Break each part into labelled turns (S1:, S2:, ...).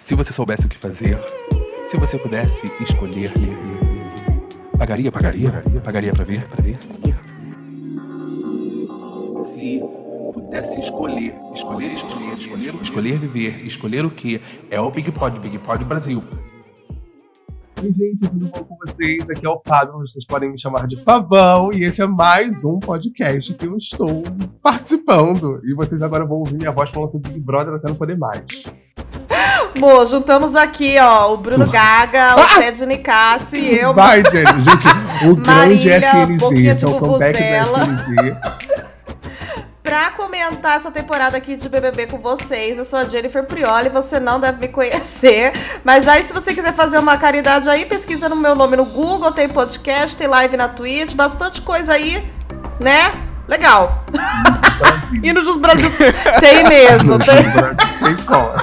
S1: Se você soubesse o que fazer, se você pudesse escolher, pagaria, pagaria, pagaria pra ver, pra ver. Se pudesse escolher, escolher, escolher, escolher, escolher viver, escolher o que é o Big Pod, Big Pod Brasil. Oi, gente, tudo bom com vocês? Aqui é o Fábio, vocês podem me chamar de Fabão, e esse é mais um podcast que eu estou participando. E vocês agora vão ouvir minha voz falando sobre Big Brother até não poder mais.
S2: Mo, juntamos aqui, ó, o Bruno Gaga, o Fred Nicasso e eu.
S1: Vai, gente, gente, o grande
S2: Marília,
S1: SNZ,
S2: boquinha
S1: esse é
S2: de
S1: o comeback do
S2: vuvuzela.
S1: SNZ.
S2: Pra comentar essa temporada aqui de BBB com vocês, eu sou a Jennifer Prioli, você não deve me conhecer. Mas aí, se você quiser fazer uma caridade aí, pesquisa no meu nome no Google, tem podcast, tem live na Twitch, bastante coisa aí, né? Legal. Hino dos Brasil. tem mesmo, tem,
S1: Sem cola.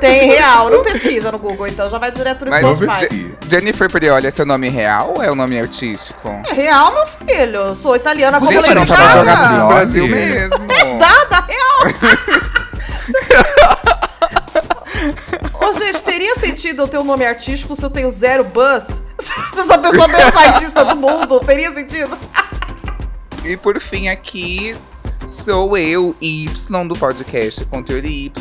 S2: tem real. Não pesquisa no Google, então já vai direto no
S3: Mas
S1: Vamos
S2: Spotify.
S1: ver.
S3: Jennifer Prioli é seu nome real ou é o nome artístico?
S2: É real, meu filho. Eu sou italiana como
S1: Gente,
S2: Lady
S3: tá
S1: não tava
S2: Gaga.
S1: jogando
S3: no
S1: Prioli.
S3: Brasil mesmo.
S2: Dá, dá real. Ô, gente, teria sentido eu ter um nome artístico se eu tenho zero buzz? Se eu sou a pessoa menos artista do mundo, teria sentido?
S3: E por fim aqui, sou eu, Y, do podcast Controle Y.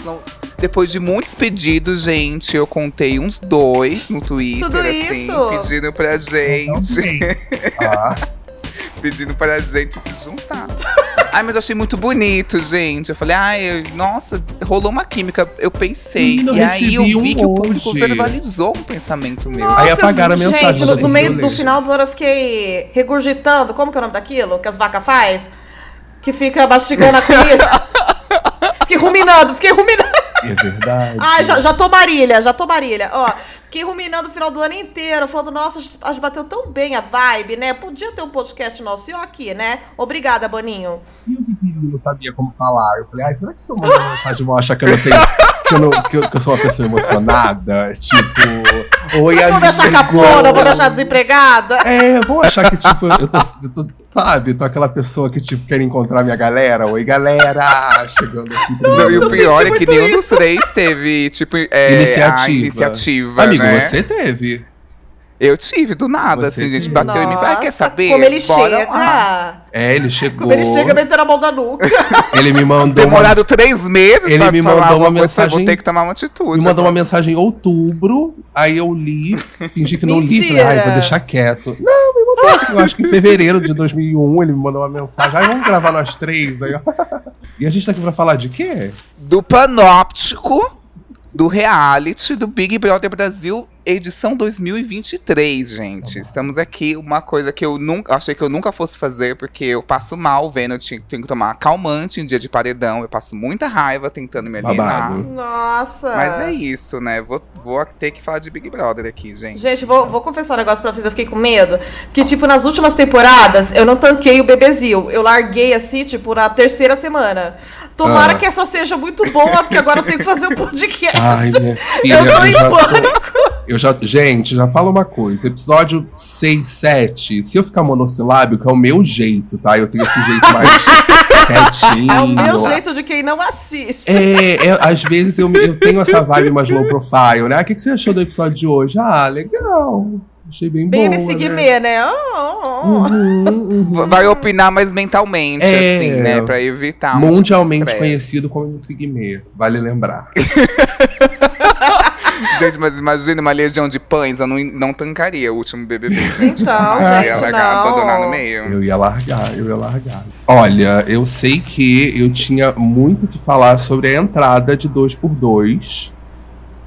S3: Depois de muitos pedidos, gente, eu contei uns dois no Twitter,
S2: Tudo
S3: assim,
S2: isso?
S3: pedindo pra gente.
S1: Ah,
S3: pedindo pra gente se juntar. Ai, mas eu achei muito bonito, gente. Eu falei, ai, eu- nossa, rolou uma química. Eu pensei.
S1: Menino,
S3: e aí eu
S1: recebi um
S3: vi que o público
S1: hoje.
S3: verbalizou um pensamento meu.
S1: Nossa, Aí apagaram a
S2: gente,
S1: mensagem
S2: No,
S1: da
S2: no meio
S1: Lady.
S2: do final do ano eu fiquei regurgitando. Como que é o nome daquilo que as vacas faz? Que fica mastigando a comida. fiquei ruminando, fiquei ruminando.
S1: é verdade.
S2: Ai, Ah, já, já tô Marília, já tô Marília. Ó, fiquei ruminando o final do ano inteiro, falando, nossa, a gente bateu tão bem a vibe, né? Podia ter um podcast nosso, e eu aqui, né? Obrigada, Boninho.
S1: E o que que eu não sabia como falar. Eu falei, ai, será que se eu mandar uma mensagem mal achar que eu não tenho. Que eu, não- que eu- que eu sou uma pessoa emocionada? Tipo, oi,
S2: Será que eu vou me achar
S1: amigo."
S2: cafona, vou me achar desempregada?
S1: É, vou achar que, tipo, eu tô, eu tô, sabe, tô aquela pessoa que, tipo, quer encontrar minha galera. Oi, galera! Chegando assim. tudo
S3: Não, e
S1: bem.
S3: o
S2: eu
S3: pior
S2: senti
S3: é que
S2: muito
S3: nenhum dos três teve, tipo, é,
S1: Iniciativa.
S3: a iniciativa.
S1: Amigo,
S3: né?
S1: você teve.
S3: Eu tive, do nada,
S1: Você
S3: assim, gente
S1: teve.
S3: bateu em mim. Ah, quer
S2: Nossa,
S3: saber?
S2: Como ele
S3: Bora
S2: chega.
S3: lá.
S1: É, ele
S2: Como
S1: chegou.
S2: ele chega metendo a mão da nuca.
S1: Ele me mandou uma
S3: Demorado três meses
S1: Ele
S3: pra
S1: me
S3: falar
S1: mandou
S3: alguma
S1: uma
S3: coisa, eu Vou
S1: mensagem-
S3: ter que tomar uma atitude.
S1: Me mandou uma mensagem em outubro, aí eu li, fingi que não li, falei,
S2: Mentira.
S1: ai, vou deixar quieto. Não, me mandou assim, eu acho que em fevereiro de 2001 ele me mandou uma mensagem, ai, vamos gravar nós três. Aí, eu- e a gente tá aqui pra falar de quê?
S3: do panóptico do reality do Big Brother Brasil edição 2023,
S1: Tá
S3: gente. Estamos aqui uma coisa que eu nunca achei que eu nunca fosse fazer porque eu passo mal vendo, eu tinha- tenho que tomar calmante em dia de paredão, eu passo muita raiva tentando me alienar.
S1: Babado.
S2: Nossa.
S3: Mas é isso, né? Vou, vou ter que falar de Big Brother aqui, gente.
S2: Gente, vou, vou confessar um negócio pra vocês, eu fiquei com medo. Que, tipo, nas últimas temporadas, eu não tanquei o bebezil. Eu larguei, assim, tipo, na terceira semana. Tomara
S1: Ah.
S2: que essa seja muito boa, porque agora eu tenho que fazer um podcast.
S1: Ai, minha filha,
S2: eu tô em
S1: já
S2: pânico.
S1: eu já- gente, já fala uma coisa, episódio 6, 7, se eu ficar monossilábico, é o meu jeito, tá? Eu tenho esse jeito mais quietinho.
S2: É o meu jeito de quem não assiste.
S1: É, é, às vezes eu, eu tenho essa vibe mais low profile, né? Ah, O que, que você achou do episódio de hoje? Ah, legal. Achei bem bom.
S2: Bem me seguir
S1: né? Hum.
S2: mesmo, né? Oh, oh, oh.
S3: V- Vai opinar mas mentalmente,
S1: É.
S3: assim, né, Pra evitar um tipo de
S1: Mundialmente
S3: estresse.
S1: conhecido como me seguir mesmo, vale lembrar.
S3: Gente, mas imagina uma legião de pães, eu não, não tancaria o último BBB.
S2: Então,
S3: Ai,
S2: gente,
S3: ela
S2: não.
S3: abandonar no meio.
S1: Eu ia largar, eu ia largar. Olha, eu sei que eu tinha muito o que falar sobre a entrada de 2x2.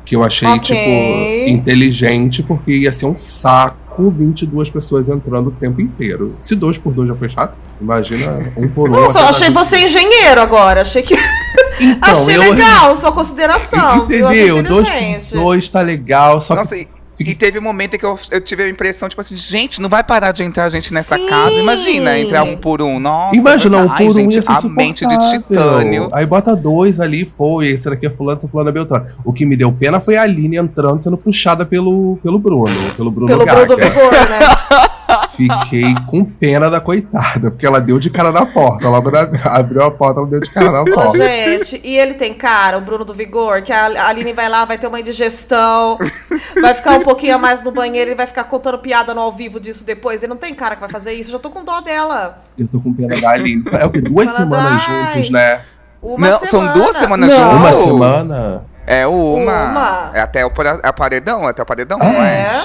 S1: Que eu achei,
S2: Ok.
S1: tipo, inteligente, porque ia ser um saco 22 pessoas entrando o tempo inteiro. Se 2x2 já foi chato, imagina um por um. até
S2: Nossa, eu achei
S1: dar
S2: você engenheiro agora. Achei que.
S1: Então,
S2: achei
S1: eu-
S2: legal sua consideração. viu? Achei
S1: Entendeu?
S2: inteligente.
S1: 2x2 tá legal, só que
S3: Nossa, e, e teve um momento que eu, eu tive a impressão, tipo assim, gente, não vai parar de entrar gente nessa
S2: Sim.
S3: casa. Imagina entrar um por um. Nossa,
S1: Imagina, um
S3: verdade.
S1: por um
S3: Ai,
S1: ia
S3: gente,
S1: ser
S3: a mente de
S1: insuportável.
S3: titânio.
S1: Aí bota dois ali, foi. Esse daqui é fulano, esse fulano é Beltrano. O que me deu pena foi a Aline entrando, sendo puxada pelo, pelo Bruno. Pelo Bruno
S2: Pelo
S1: Gaga.
S2: Bruno Vigor, né?
S1: Fiquei com pena da coitada, porque ela deu de cara na porta. Ela abriu a porta, ela deu de cara na
S2: Ô,
S1: porta.
S2: gente, e ele tem cara, o Bruno do Vigor, que a Aline vai lá, vai ter uma indigestão, vai ficar um pouquinho a mais no banheiro, ele vai ficar contando piada no ao vivo disso depois. Ele não tem cara que vai fazer isso, eu já tô com dó dela.
S1: Eu tô com pena da Aline. É o quê? Duas
S2: Fala,
S1: semanas
S2: "Ai,
S1: juntos, né?
S2: Uma
S3: Não,
S2: semana.
S3: são duas semanas
S1: Ah.
S2: Não.
S4: Uma
S3: juntas?
S4: semana?
S3: É uma.
S2: Uma.
S3: É até o, pra- é o paredão, é até o paredão, não é?
S2: É.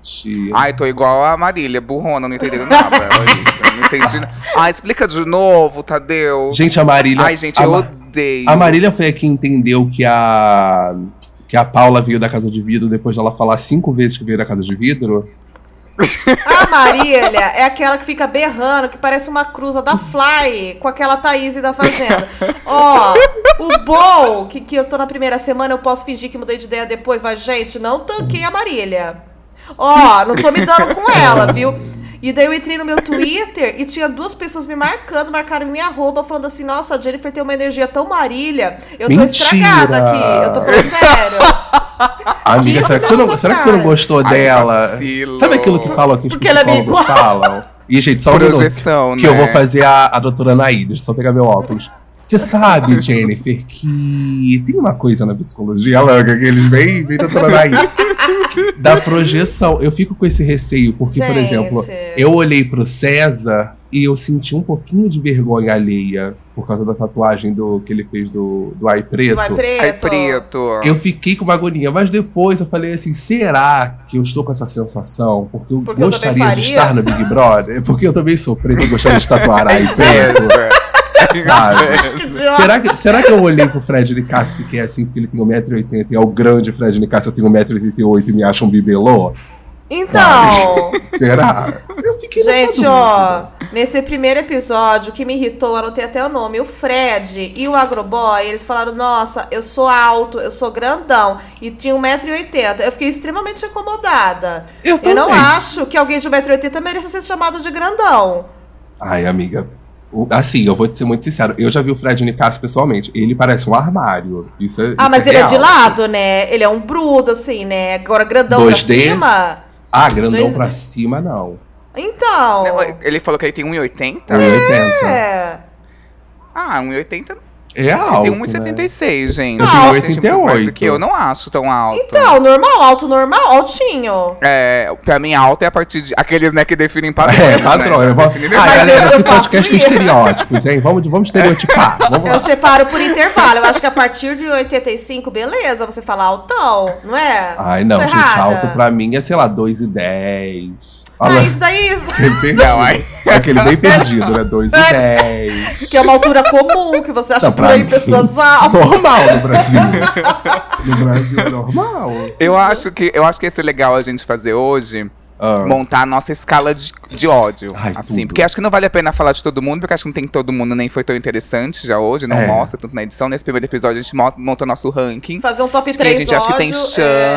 S1: Gente.
S3: Ai, tô igual a Marília, burrona, não entenderam nada. Olha isso, não entendi. na- Ai, explica de novo, Tadeu.
S1: Gente, a Marília.
S3: Ai, gente,
S1: a
S3: eu
S1: Ma-
S3: odeio.
S1: A Marília foi a que entendeu que a. Que a Paula veio da casa de vidro depois dela falar cinco vezes que veio da casa de vidro.
S2: A Marília é aquela que fica berrando, que parece uma cruza da Fly com aquela Thaís da Fazenda. Ó, o bom que, que eu tô na primeira semana, eu posso fingir que mudei de ideia depois, mas, gente, não tanquei a Marília. Ó, não tô me dando com ela, viu? E daí eu entrei no meu Twitter e tinha duas pessoas me marcando, marcaram minha arroba, falando assim: nossa, a Jennifer tem uma energia tão marília. Eu
S1: Mentira!
S2: tô estragada aqui. Eu tô falando sério.
S1: Amiga,
S2: isso
S1: será que, você
S2: não,
S1: não, será que você não gostou
S3: Ai,
S1: dela?
S3: vacilo.
S1: Sabe aquilo que falam que os
S2: Porque ela é minha
S1: psicólogos falam? E, gente, só um minuto.
S3: Projeção,
S1: Que eu
S3: né?
S1: vou fazer a, a doutora Naída, deixa eu só pegar meu óculos. Você sabe, Jennifer, que tem uma coisa na psicologia louca que eles vêm e vêm doutora Naída. da projeção. Eu fico com esse receio, porque, por
S2: Gente.
S1: exemplo, eu olhei pro César e eu senti um pouquinho de vergonha alheia por causa da tatuagem do que ele fez do, do Ai Preto.
S2: Vai preto.
S3: Ai, preto.
S1: Eu fiquei com uma agonia, mas depois eu falei assim: será que eu estou com essa sensação? Porque eu
S2: Porque eu
S1: gostaria
S2: também
S1: de
S2: faria.
S1: estar no Big Brother? Porque eu também sou preto e gostaria de tatuar
S2: É,
S1: aí preto.
S3: Preto.
S2: Que idiota.
S1: será, que, será que eu olhei pro Fred Nicasso e fiquei assim, porque ele tem 1,80m e é o grande Fred Nicasso, eu tenho 1,88m e me acho um bibelô?
S2: Então.
S1: Será? Eu fiquei nessa
S2: Gente,
S1: dúvida.
S2: ó, nesse primeiro episódio, o que me irritou, eu anotei até o nome, o Fred e o Agroboy, eles falaram, nossa, eu sou alto, eu sou grandão, e tinha 1,80m. Eu fiquei extremamente incomodada.
S1: Eu
S2: Eu não
S1: também.
S2: acho que alguém de 1,80m mereça ser chamado de grandão.
S1: Ai, amiga. o- Assim, eu vou te ser muito sincero. Eu já vi o Fred Nicasso pessoalmente. Ele parece um armário. Isso é,
S2: Ah,
S1: isso
S2: mas ele é de
S1: real.
S2: lado, né? Ele é um brudo, assim, né? Agora grandão pra
S1: 2D?
S2: cima.
S1: Ah, grandão
S2: Dois-
S1: pra cima, não.
S2: Então.
S3: Ele falou que ele tem 1,80?
S1: Tá. 80.
S2: É.
S3: Ah, 1,80
S1: É alto.
S3: tem
S1: né?
S3: 1,76, gente.
S1: Eu
S2: tenho
S3: 1,88. mais do
S1: 88.
S3: que eu não acho tão alto.
S2: Então, normal, alto, normal, altinho.
S3: É, pra mim, alto é a partir de. Aqueles, né, que definem padrões.
S1: É,
S3: né?
S1: padrão. eu vou-
S3: Definem
S1: Ah,
S3: padrões.
S2: eu
S1: galera, esse
S2: faço
S1: podcast tem
S2: isso. é
S1: estereótipos, hein? Vamos, vamos estereotipar. Vamos
S2: Eu
S1: lá.
S2: separo por intervalo. Eu acho que a partir de 85, beleza, você fala altão, não é?
S1: Ai, não,
S2: Tô
S1: gente,
S2: errada.
S1: alto pra mim é, sei lá, 2 e 10.
S2: Ah,
S1: Olha lá,
S2: isso daí
S1: aquele perdido. É
S3: Não, ai.
S1: Aquele bem perdido, né? 2 e 10.
S2: que é uma altura comum, que você acha
S1: Não,
S2: por
S1: pra
S2: aí
S1: mim.
S2: pessoas altas.
S1: Normal no Brasil. No Brasil é normal.
S3: Eu acho que eu acho que ia ser legal a gente fazer hoje
S1: Ah,
S3: montar a nossa escala de, de ódio.
S1: Ai,
S3: assim,
S1: tudo.
S3: porque acho que não vale a pena falar de todo mundo, porque acho que não tem todo mundo, nem foi tão interessante já hoje, não
S1: É.
S3: mostra tanto na edição. Nesse primeiro episódio a gente mo- montou nosso ranking.
S2: Fazer um top
S3: Que a
S2: 3
S3: gente acha que tem
S2: ódio, é.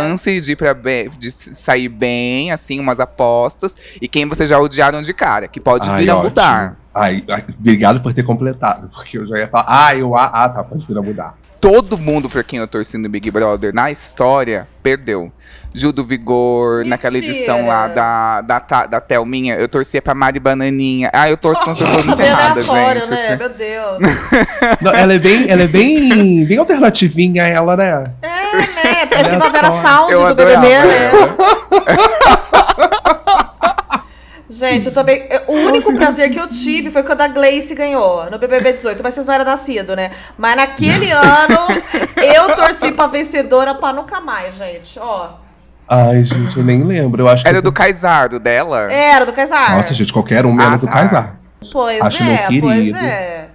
S3: chance de, ir pra bem, de s- sair bem, assim, umas apostas. E quem vocês já odiaram de cara, que pode
S1: ai,
S3: vir a
S1: ótimo.
S3: mudar.
S1: Ai, ai, obrigado por ter completado, porque eu já ia falar. Ah, eu. Ah, ah, tá, pode vir a mudar.
S3: Todo mundo pra quem eu torci no Big Brother na história perdeu. Gil do Vigor, naquela
S2: Mentira.
S3: edição lá da, da, Ta- da Thelminha, eu torcia pra Mari Bananinha. Ah, eu torço como se eu fosse
S2: Tá
S3: muito errada,
S2: aleatório,
S3: gente.
S2: é né?
S3: assim.
S2: Meu Deus.
S1: Não, ela é bem, ela é bem, bem alternativinha, ela, né?
S2: É, né? É de
S1: Aleatório.
S2: novela sound
S3: Eu
S2: do
S3: adorava
S2: BBB, né?
S3: ela. né?
S2: Gente, eu também. eu- O único prazer que eu tive foi quando a Gleice ganhou no BBB 18. Mas vocês não eram nascidos, né? Mas naquele ano, eu torci pra vencedora pra nunca mais, gente. Ó.
S1: Ai, gente, eu nem lembro. Eu acho
S2: é
S1: que.
S3: Era do Caizardo dela.
S2: Era do Kaysar.
S1: Nossa, gente, qualquer um menos o
S3: Ah, tá.
S1: Kaysar.
S2: Pois
S1: acho meu
S2: é,
S1: querido.
S2: pois é.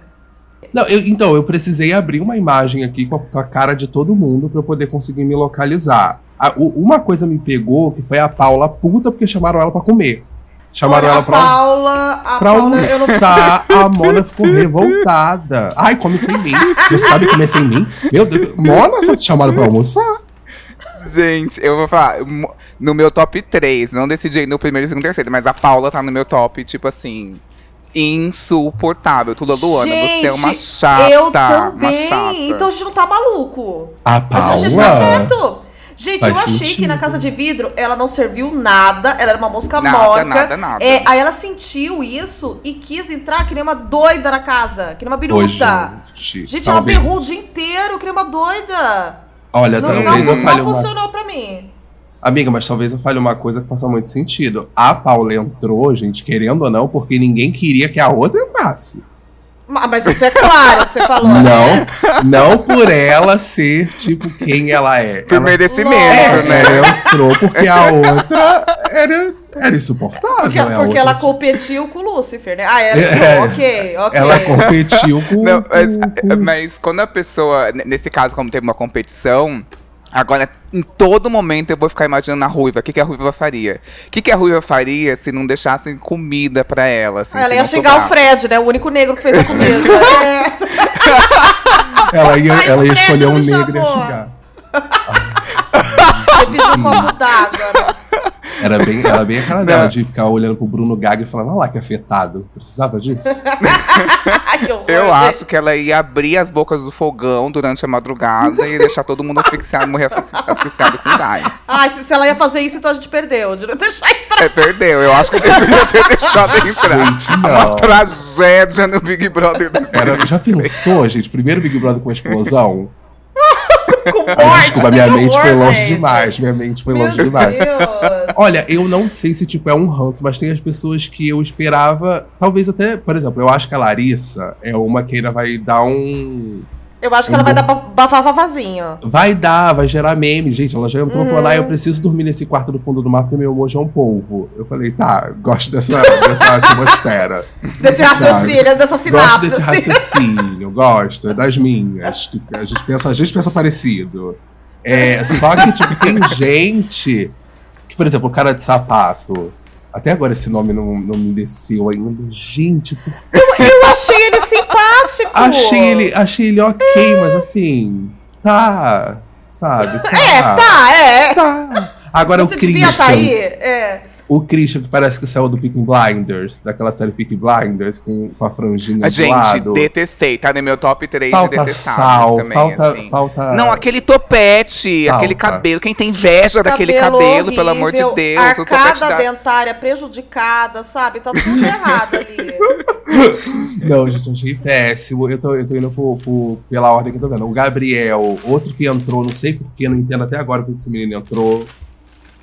S1: Não, eu- então, eu precisei abrir uma imagem aqui com a, com a cara de todo mundo pra eu poder conseguir me localizar. A- u- uma coisa me pegou, que foi a Paula puta, porque chamaram ela pra comer. Chamaram
S2: Olha,
S1: ela
S2: a
S1: pra, almoçar.
S2: Paula. A
S1: pra um-
S2: Paula, eu não
S1: almoçar. A Mona ficou revoltada. Ai, come sem mim. Não sabe comer sem mim? Meu Deus, Mona, só te chamaram pra almoçar.
S3: Gente, eu vou falar, mo- no meu top 3, não decidi ainda o primeiro, o segundo, o terceiro, mas a Paula tá no meu top, tipo assim, insuportável. Tula Luana, você é uma
S2: Gente,
S3: chata.
S2: Eu Então
S3: Uma chata.
S2: também. Então a gente não tá maluco.
S1: A
S2: A
S1: Paula.
S2: gente, a gente tá certo. Gente,
S1: Faz
S2: eu achei
S1: sentido.
S2: que na casa de vidro ela não serviu nada, ela era uma mosca
S3: Nada,
S2: morta.
S3: nada, nada.
S2: É, aí ela sentiu isso e quis entrar que nem uma doida na casa, que nem uma
S1: Ô,
S2: biruta.
S1: gente,
S2: Gente,
S1: talvez-
S2: ela berrou o dia inteiro, que nem uma doida.
S1: Olha,
S2: Não, não,
S1: talvez
S2: não,
S1: eu falhe uma
S2: funcionou pra mim.
S1: Amiga, mas talvez eu fale uma coisa que faça muito sentido. A Paula entrou, gente, querendo ou não, porque ninguém queria que a outra entrasse.
S2: Ma- Mas isso é claro que você falou. né?
S1: Não, é não por ela ser, tipo, quem ela é.
S3: Por
S1: Ela,
S3: merecimento,
S2: Lógico.
S1: essa,
S3: né?
S1: ela entrou porque a outra era, era insuportável.
S2: Porque,
S1: a
S2: porque
S1: outra-
S2: ela competiu com o Lúcifer, né? Ah, ela.
S1: É.
S2: ok, ok.
S1: ela competiu
S2: Uhum,
S1: com.
S3: Não, mas, ah, eh,
S1: com- com-
S3: mas quando a pessoa, n- nesse caso, como teve uma competição, agora em todo momento eu vou ficar imaginando a Ruiva. O que, que a Ruiva faria? O que, que a Ruiva faria se não deixassem comida pra ela? Assim,
S2: ela
S3: se
S2: ia
S3: não
S2: xingar o
S3: sobrasse?
S2: Fred, né? O único negro que fez a comida. É.
S1: Ela ia,
S2: Ai,
S1: ela ia
S2: Fred
S1: escolher um
S2: me
S1: negro e ia
S2: chamou.
S1: chegar.
S2: Você pisou um copo d'água, né?
S1: Era bem, era bem aquela dela
S3: Não.
S1: de ficar olhando pro Bruno Gaga e falando, olha lá que afetado. Precisava disso?
S2: Ai, que horror,
S3: Eu
S2: gente.
S3: acho que ela ia abrir as bocas do fogão durante a madrugada e deixar todo mundo asfixiado, morrer asfixi- asfixiado com gás.
S2: Ai, se, se ela ia fazer isso, então a gente perdeu. De não deixar entrar.
S3: É, perdeu. Eu acho que deveria ter deixado entrar. É
S1: Gente,
S3: Uma
S1: não.
S3: tragédia no Big Brother desse
S1: Era, já pensou, gente? Primeiro Big Brother com uma explosão?
S2: Com morte.
S1: Ai, desculpa, minha
S2: que
S1: mente
S2: horror,
S1: foi longe
S2: gente.
S1: demais. Minha mente foi
S2: Meu
S1: longe demais.
S2: Deus.
S1: Olha, eu não sei se, tipo, é um ranço, mas tem as pessoas que eu esperava. Talvez até, por exemplo, eu acho que a Larissa é uma que ainda vai dar um.
S2: Eu acho que ela vai dar
S1: Uhum.
S2: ba- bafavazinho.
S1: Vai dar, vai gerar meme, gente. Ela já entrou
S2: Uhum.
S1: falando, ah, eu preciso dormir nesse quarto do fundo do mar porque meu mojo é um polvo. Eu falei, tá, gosto dessa, dessa atmosfera.
S2: Desse raciocínio, dessa
S1: Gosto
S2: sinapse,
S1: desse
S2: assim.
S1: raciocínio, gosto, é das minhas. que A gente pensa, a gente pensa parecido. É, só que, tipo, tem gente que, por exemplo, o cara de sapato. Até agora esse nome não, não me desceu ainda. Gente, por-
S2: Eu achei ele simpático.
S1: achei ele, achei ele ok, mas assim, tá, sabe? Tá,
S2: É, tá, é. é.
S1: tá. Agora
S2: Você
S1: o
S2: devia
S1: Christian,
S2: estar aí. É.
S1: o Christian que parece que saiu do Peaky Blinders, daquela série Peaky Blinders com, com a franjinha do
S3: Gente,
S1: lado.
S3: detestei. Tá no meu top 3 de
S1: falta
S3: detestáveis
S1: sal,
S3: também.
S1: falta,
S3: assim.
S1: falta.
S3: Não, aquele topete,
S1: Falta.
S3: aquele cabelo. Quem tem inveja daquele cabelo, pelo amor de
S2: Tá horrível,
S3: Deus. o topete
S2: Arcada
S3: da...
S2: dentária prejudicada, sabe? Tá tudo errado ali.
S1: Não, gente, eu achei péssimo. Eu tô, eu tô indo pro- pro- pela ordem que eu tô vendo. O Gabriel, outro que entrou, não sei porquê, não entendo até agora porque esse menino entrou.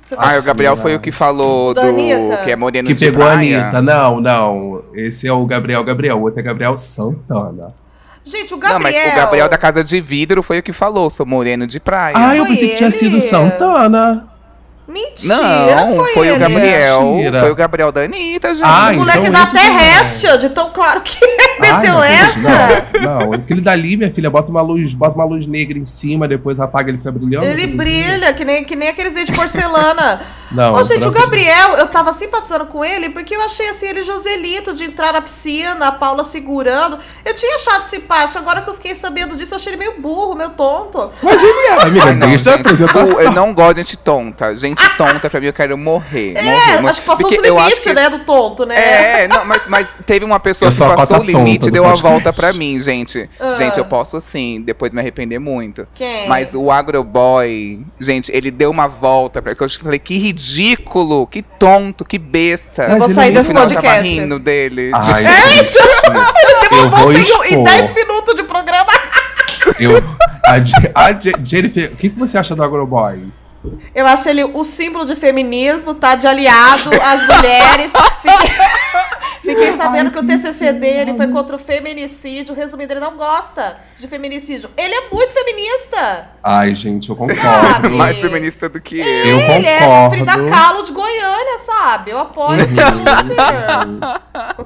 S2: Você tá
S3: Ah, o Gabriel foi o que falou do.
S2: Da Anitta.
S3: Que é moreno
S1: que
S3: de
S1: pegou a
S3: praia.
S1: Anitta. Não, não. Esse é o Gabriel Gabriel, o outro é Gabriel Santana.
S2: Gente, o
S3: Não,
S2: Gabriel.
S3: mas o Gabriel da Casa de Vidro foi o que falou, sou moreno de praia.
S1: Ah, eu
S2: Foi
S1: pensei que tinha
S2: ele?
S1: sido Santana.
S2: Mentira,
S3: não, foi,
S2: ele.
S3: o Gabriel.
S1: Mentira.
S3: Foi o Gabriel da Anitta, gente.
S1: Ah,
S2: O moleque
S1: então
S2: da
S1: esse não é. Ah, então
S2: Terrestia, de tão claro que é,
S1: Ai,
S2: meteu
S1: não,
S2: essa.
S1: gente, Não, não, aquele dali, minha filha, bota uma luz, bota uma luz negra em cima, depois apaga, ele fica brilhando.
S2: Ele
S1: Então tudo
S2: brilha, que nem, que nem aqueles dentes de porcelana.
S1: Não,
S2: Ô, gente, o
S1: branco-
S2: Gabriel, eu tava simpatizando com ele porque eu achei assim, ele Joselito de entrar na piscina, a Paula segurando. Eu tinha achado simpático, agora que eu fiquei sabendo disso, eu achei ele meio burro, meio tonto.
S1: Mas ele é, amiga,
S3: Ai, não,
S1: desde a
S3: gente. é
S1: apresentação.
S3: Eu- Eu não gosto de gente tonta. Gente tonta, pra mim, eu quero morrer. morrer,
S2: É,
S3: morrer.
S2: acho que passou os
S3: Porque eu acho
S2: limites,
S3: que-
S2: né, do tonto, né?
S3: É, não, mas, mas teve uma pessoa
S1: Eu
S3: que
S1: sou a
S3: passou
S1: cota
S3: o limite
S1: tonta
S3: e
S1: do
S3: deu a
S1: podcast.
S3: volta pra mim, gente.
S2: Ah.
S3: Gente, eu posso assim, depois me arrepender muito.
S1: É.
S2: Quem?
S3: Mas o Agroboy, gente, ele deu uma volta pra que eu falei, que ridículo, que tonto, que besta.
S1: Eu vou
S3: Mas
S1: sair
S3: ele,
S1: desse
S3: no final, eu Tava
S2: podcast.
S3: rindo dele.
S1: é Ai, gente,
S2: Deu
S1: eu
S2: uma
S1: vou
S2: volta em- em
S1: expor.
S2: 10 minutos de programa.
S1: Eu, a, Je- a Je- Jennifer, o que, que você acha do Agroboy?
S2: Eu acho ele o símbolo de feminismo, tá? De aliado às mulheres. Fiquei, fiquei sabendo que o TCC dele foi contra o feminicídio. Resumindo, ele não gosta de feminicídio. Ele é muito feminista.
S1: Ai, gente, eu
S2: Sabe?
S1: concordo.
S3: Mais feminista do que eu.
S1: Eu
S2: ele é
S1: concordo.
S2: Frida Kahlo de Goiânia, sabe? Eu apoio
S1: Uhum.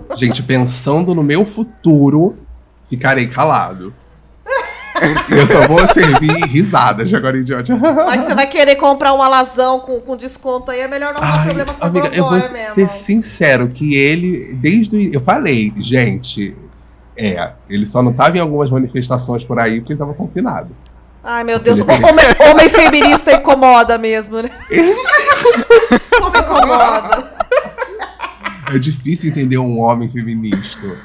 S2: super.
S1: Gente, pensando no meu futuro, ficarei calado. eu só vou servir risadas de agora em diante.
S2: Mas que você vai querer comprar um alazão com, com desconto aí, é melhor não ter
S1: Ai,
S2: problema com
S1: amiga,
S2: o
S1: eu vou
S2: Goiânia mesmo.
S1: ser sincero que ele, desde o, eu falei, gente, é, ele só não tava em algumas manifestações por aí porque ele tava confinado.
S2: Ai, meu Deus, o homem, homem feminista incomoda mesmo, né? Como incomoda.
S1: É difícil entender um homem feminista.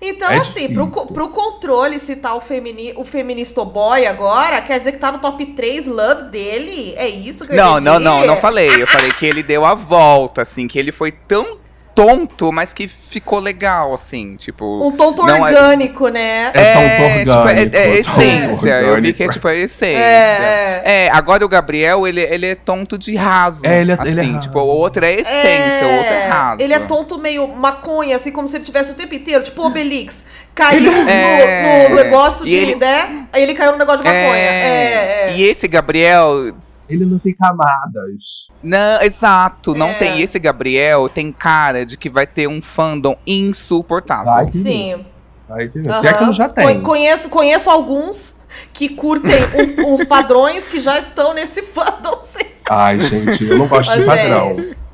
S2: Então,
S1: É
S2: assim, pro, co-
S1: difícil.
S2: pro controle citar o, femini, o feminista boy agora, quer dizer que tá no top 3 love dele? É isso que eu
S3: Não,
S2: entendi?
S3: não, não, não falei. Eu falei que ele deu a volta, assim, que ele foi tão tonto, mas que ficou legal, assim, tipo.
S2: Um tonto
S3: Não, é-
S2: orgânico, né?
S1: É tonto
S3: tipo,
S1: orgânico,
S3: é, é
S1: tonto
S3: essência. Eu vi que é
S1: orgânico.
S3: tipo a essência.
S2: É,
S3: É, agora o Gabriel, ele, ele é tonto de raso.
S1: É, ele é-
S3: assim,
S1: ele é raso.
S3: Tipo, o outro é essência, o outro é raso.
S2: Ele é tonto meio maconha, assim, como se ele tivesse o tempo inteiro, tipo Obelix. Caiu no,
S3: É.
S2: no negócio
S3: E
S2: de,
S3: ele-
S2: né? Aí ele caiu no negócio de maconha. É, é.
S3: E esse Gabriel.
S1: Ele não tem camadas.
S3: Não, exato, não
S2: É.
S3: tem. Esse Gabriel tem cara de que vai ter um fandom insuportável.
S1: Vai que
S2: Sim.
S1: Vai que Se é que
S2: aham.
S1: eu já
S2: Con-
S1: tenho.
S2: Conheço, conheço alguns que curtem um- uns padrões que já estão nesse fandom, sim.
S1: Ai, gente, eu não gosto de
S2: Ô,
S1: padrão.
S2: gente.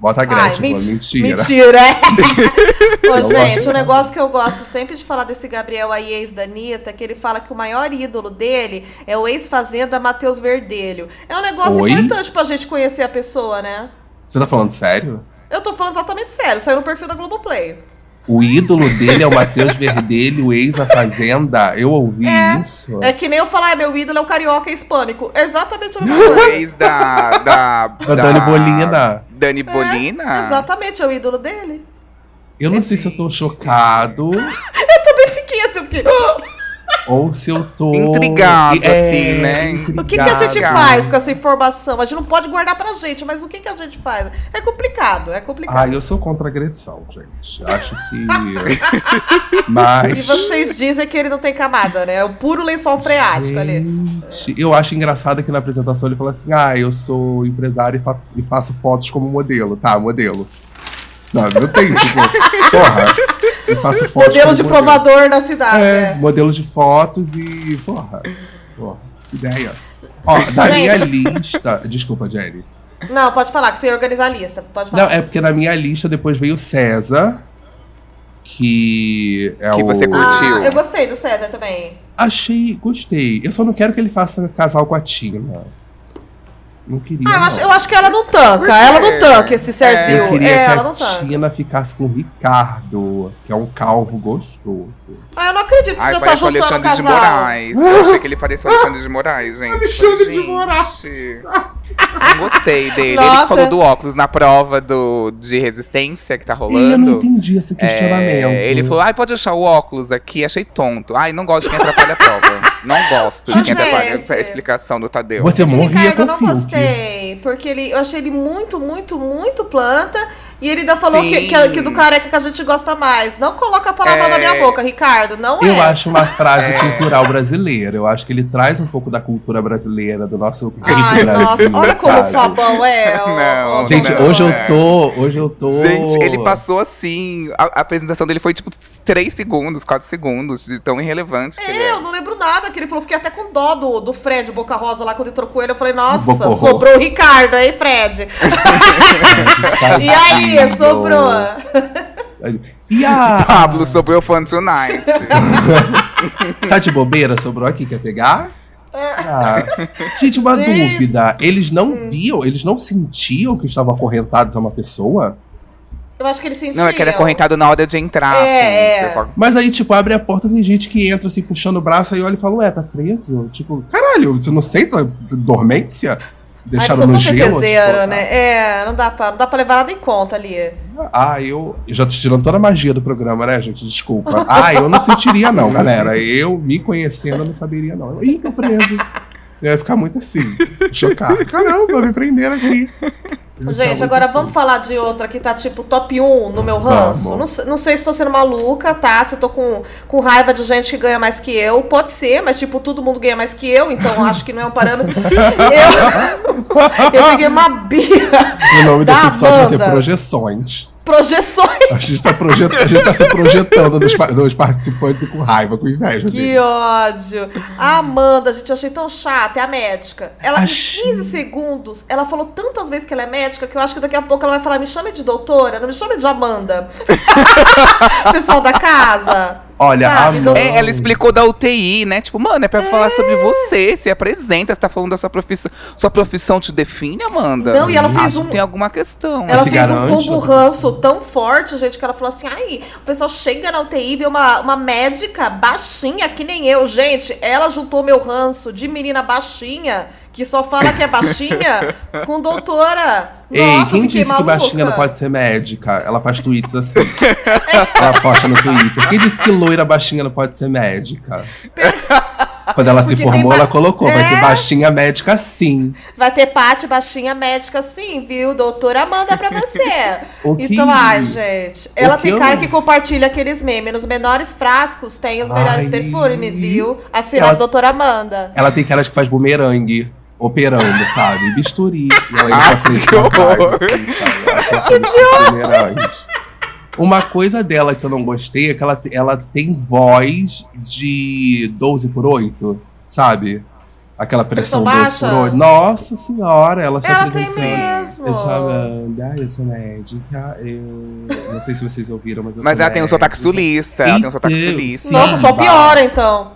S1: Bota a Gretchen,
S2: Ai,
S1: mano,
S2: menti-
S1: mentira.
S2: Mentira. Ô,
S1: Eu
S2: gente,
S1: gosto.
S2: um negócio que eu gosto sempre de falar desse Gabriel aí, ex da Anitta, que ele fala que o maior ídolo dele é o ex-fazenda Matheus Verdelho. É um negócio
S1: Oi?
S2: importante pra gente conhecer a pessoa, né?
S1: Você tá falando sério?
S2: Eu tô falando exatamente sério, saiu no perfil da Globoplay.
S1: O ídolo dele é o Matheus Verdelho, ex da Fazenda. Eu ouvi
S2: É.
S1: isso.
S2: É que nem eu falar, ah, meu ídolo é o carioca hispânico. Exatamente a mesma
S1: é
S2: coisa.
S3: Fez da. Da, da
S1: Dani Bolina.
S3: Dani Bolina?
S2: Exatamente, é o ídolo dele.
S1: Eu não sei se eu tô chocado
S2: Eu fiquei assim, eu fiquei. "Ah!"
S1: ou se eu tô. Oh, É.
S3: Intrigado, assim, né?
S2: O que, que a gente
S1: intrigado.
S2: faz com essa informação? A gente não pode guardar pra gente, mas o que, que a gente faz? É complicado, é complicado.
S1: Ai, eu sou contra a agressão, gente. Acho que.
S2: E
S1: Mas.
S2: vocês dizem que ele não tem camada, né? É o puro lençol freático ali.
S1: Gente, Eu acho engraçado que na apresentação ele fala assim: ah, eu sou empresário e fa- e faço fotos como modelo. Tá, modelo. Sabe? Não tem, tipo, porra. Eu faço fotos.
S2: Modelo
S1: como
S2: de provador da cidade.
S1: É,
S2: né?
S1: modelo de fotos e. Porra. Porra, que ideia. Ó, da
S2: Gente.
S1: minha lista. Desculpa, Jenny.
S2: Não, pode falar, que você ia organizar a lista. Pode falar.
S1: Não, é porque na minha lista depois veio o César. Que é
S3: Que
S1: o.
S3: você curte.
S2: ah,
S3: curtiu.
S2: eu gostei do César também.
S1: Achei, gostei. Eu só não quero que ele faça casal com a Tina. Não queria.
S2: Ah, eu
S1: não.
S2: acho, eu acho que ela não tanca.
S3: Por
S2: Ela
S3: quê?
S2: não tanca esse
S1: Eu
S2: Serzinho.
S1: queria
S2: É,
S1: que
S2: ela
S1: a
S2: não tanca.
S1: Tina ficasse com o Ricardo, que é um calvo gostoso.
S2: Ah, eu não acredito que
S3: Ai,
S2: você tá
S3: parece o
S2: juntando o
S3: Alexandre de
S2: casal.
S3: Moraes. Eu achei que ele parecia o Alexandre de Moraes, gente.
S1: Alexandre de
S3: Gente,
S1: Moraes.
S3: Não gostei dele.
S2: Nossa.
S3: Ele falou do óculos na prova do, de resistência que tá
S1: E eu não
S3: rolando.
S1: entendi esse questionamento.
S3: É, ele falou, ai, pode deixar o óculos aqui, achei tonto. Ai, não gosto de quem atrapalha a prova. Não gosto de quem
S2: Gente, é
S3: atrapalha
S2: esse-
S3: essa explicação do Tadeu.
S1: Você
S2: Esse
S1: morria
S2: Ricardo
S1: com
S2: eu
S1: o
S2: não
S1: Fiuk.
S2: gostei, porque ele, eu achei ele muito, muito, muito planta. E ele ainda falou que,
S3: Sim.
S2: que, que do careca que a gente gosta mais. Não coloca a palavra
S3: É.
S2: na minha boca, Ricardo. Não é.
S1: Eu acho uma frase cultural brasileira. Eu acho que ele traz um pouco da cultura brasileira, do nosso rico
S2: Ai,
S1: Brasil.
S2: nossa, olha como o
S1: sabe?
S2: Fabão é. ó,
S3: Não, é.
S2: ó,
S1: Gente,
S2: Fabão.
S1: hoje eu tô. Hoje eu tô.
S3: Gente, ele passou assim. A, a apresentação dele foi tipo 3 segundos, 4 segundos, de tão irrelevante que ele
S2: É,
S3: é.
S2: eu não lembro nada que ele falou. Fiquei até com dó do, do Fred Boca Rosa lá quando ele trocou ele. Eu falei, nossa,
S1: Boca Rosa.
S2: sobrou o Ricardo, aí, Fred? E aí, sobrou.
S1: E a.
S3: Pablo sobre o Fun Tonight.
S1: Tá de bobeira? Sobrou aqui, quer pegar? Ah. Gente, uma
S2: Sim.
S1: dúvida. Eles não viam, eles não sentiam que estavam acorrentados a uma pessoa?
S2: Eu acho que ele sentiu.
S3: Não, é que era correntado na hora de entrar,
S2: É,
S3: assim.
S2: é.
S3: Você só...
S1: Mas aí, tipo, abre a porta, tem gente que entra, assim, puxando o braço, aí olha e fala, ué, tá preso? Tipo, caralho, você não senta dormência?
S2: Ah,
S1: Deixaram
S2: Ai,
S1: no
S2: eles são tão
S1: gelo?
S2: bebezeiro,
S1: Tipo,
S2: é né? É, não dá, pra, não dá pra levar nada em conta ali.
S1: Ah, eu... eu já tô tirando toda a magia do programa, né, gente? Desculpa. Ah, eu não sentiria não, galera. Eu, me conhecendo, eu não saberia não. Eu, Ih, tô preso. Eu ia ficar muito assim, chocado. Caramba, me prenderam aqui. Eu ia ficar
S2: Gente,
S1: muito
S2: agora
S1: assim.
S2: vamos falar de outra que tá tipo top 1 no meu ranço.
S1: Vamos.
S2: Não, se- não sei se tô sendo maluca, tá? Se eu tô com, com raiva de gente que ganha mais que eu. Pode ser, mas tipo, todo mundo ganha mais que eu, então acho que não é um parâmetro. Eu, eu peguei uma birra.
S1: O nome
S2: da
S1: desse episódio vai ser
S2: banda.
S1: Projeções.
S2: Projeções.
S1: A gente tá, projet... a gente tá se projetando nos, pa- nos participantes com raiva, com inveja
S2: Que ódio. A Amanda, gente, eu achei tão chata. É a médica. Ela,
S1: Achei.
S2: em 15 segundos, ela falou tantas vezes que ela é médica que eu acho que daqui a pouco ela vai falar: me chame de doutora, não me chame de Amanda. Pessoal da casa.
S1: Olha,
S2: Sabe,
S1: a
S2: não-
S1: mãe-
S3: É, ela explicou da UTI, né? Tipo, mano, é pra falar sobre você, se apresenta, você tá falando da sua profissão. Sua profissão te define, Amanda?
S2: Não, e ela fez
S3: Acho
S2: um-
S3: que tem alguma questão. assim.
S2: Ela
S1: se
S2: fez
S1: garante, né?
S2: um combo
S1: você-
S2: ranço tão forte, gente, que ela falou assim: ai, o pessoal chega na UTI, vê uma, uma médica baixinha, que nem eu, gente. Ela juntou meu ranço de menina baixinha, que só fala que é baixinha, com doutora.
S1: Ei,
S2: Nossa,
S1: quem
S2: fiquei
S1: disse que
S2: maluca.
S1: baixinha não pode ser médica? Ela faz tweets assim. ela posta no Twitter. Quem disse que loira baixinha não pode ser médica? Quando ela se
S2: Porque tem
S1: formou,
S2: ba-
S1: ela colocou. Vai ter
S2: É.
S1: baixinha médica sim.
S2: Vai ter parte baixinha médica, sim, viu? Doutora manda pra você.
S1: O que-
S2: Então, ai, gente. Ela
S1: que
S2: tem
S1: eu-
S2: cara que compartilha aqueles memes. Nos menores frascos tem os melhores
S1: Ai.
S2: perfumes, viu? Assinado
S1: Ela-
S2: doutora Amanda.
S1: Ela tem aquelas que faz bumerangue. Operando, sabe? Bisturi. E ela indo pra frente
S3: Ah, que
S1: pra trás,
S3: horror.
S1: assim, sabe? Ela faz esses bumerangues. Uma coisa dela que eu não gostei é que ela, te- ela tem voz de 12 por 8, sabe? Aquela pressão
S2: Pressão
S1: 12 por
S2: baixa?
S1: 8. Nossa senhora, ela se
S2: Ela tem
S1: apresentando.
S2: mesmo.
S1: Eu sou Amanda, eu sou médica, eu... Não sei se vocês ouviram, mas eu
S3: Mas
S1: sou
S3: ela tem um sotaque
S1: médica.
S3: sulista. Ela tem um sotaque
S1: Então,
S3: sulista.
S1: Sim,
S2: Nossa, só
S1: vai.
S2: piora então.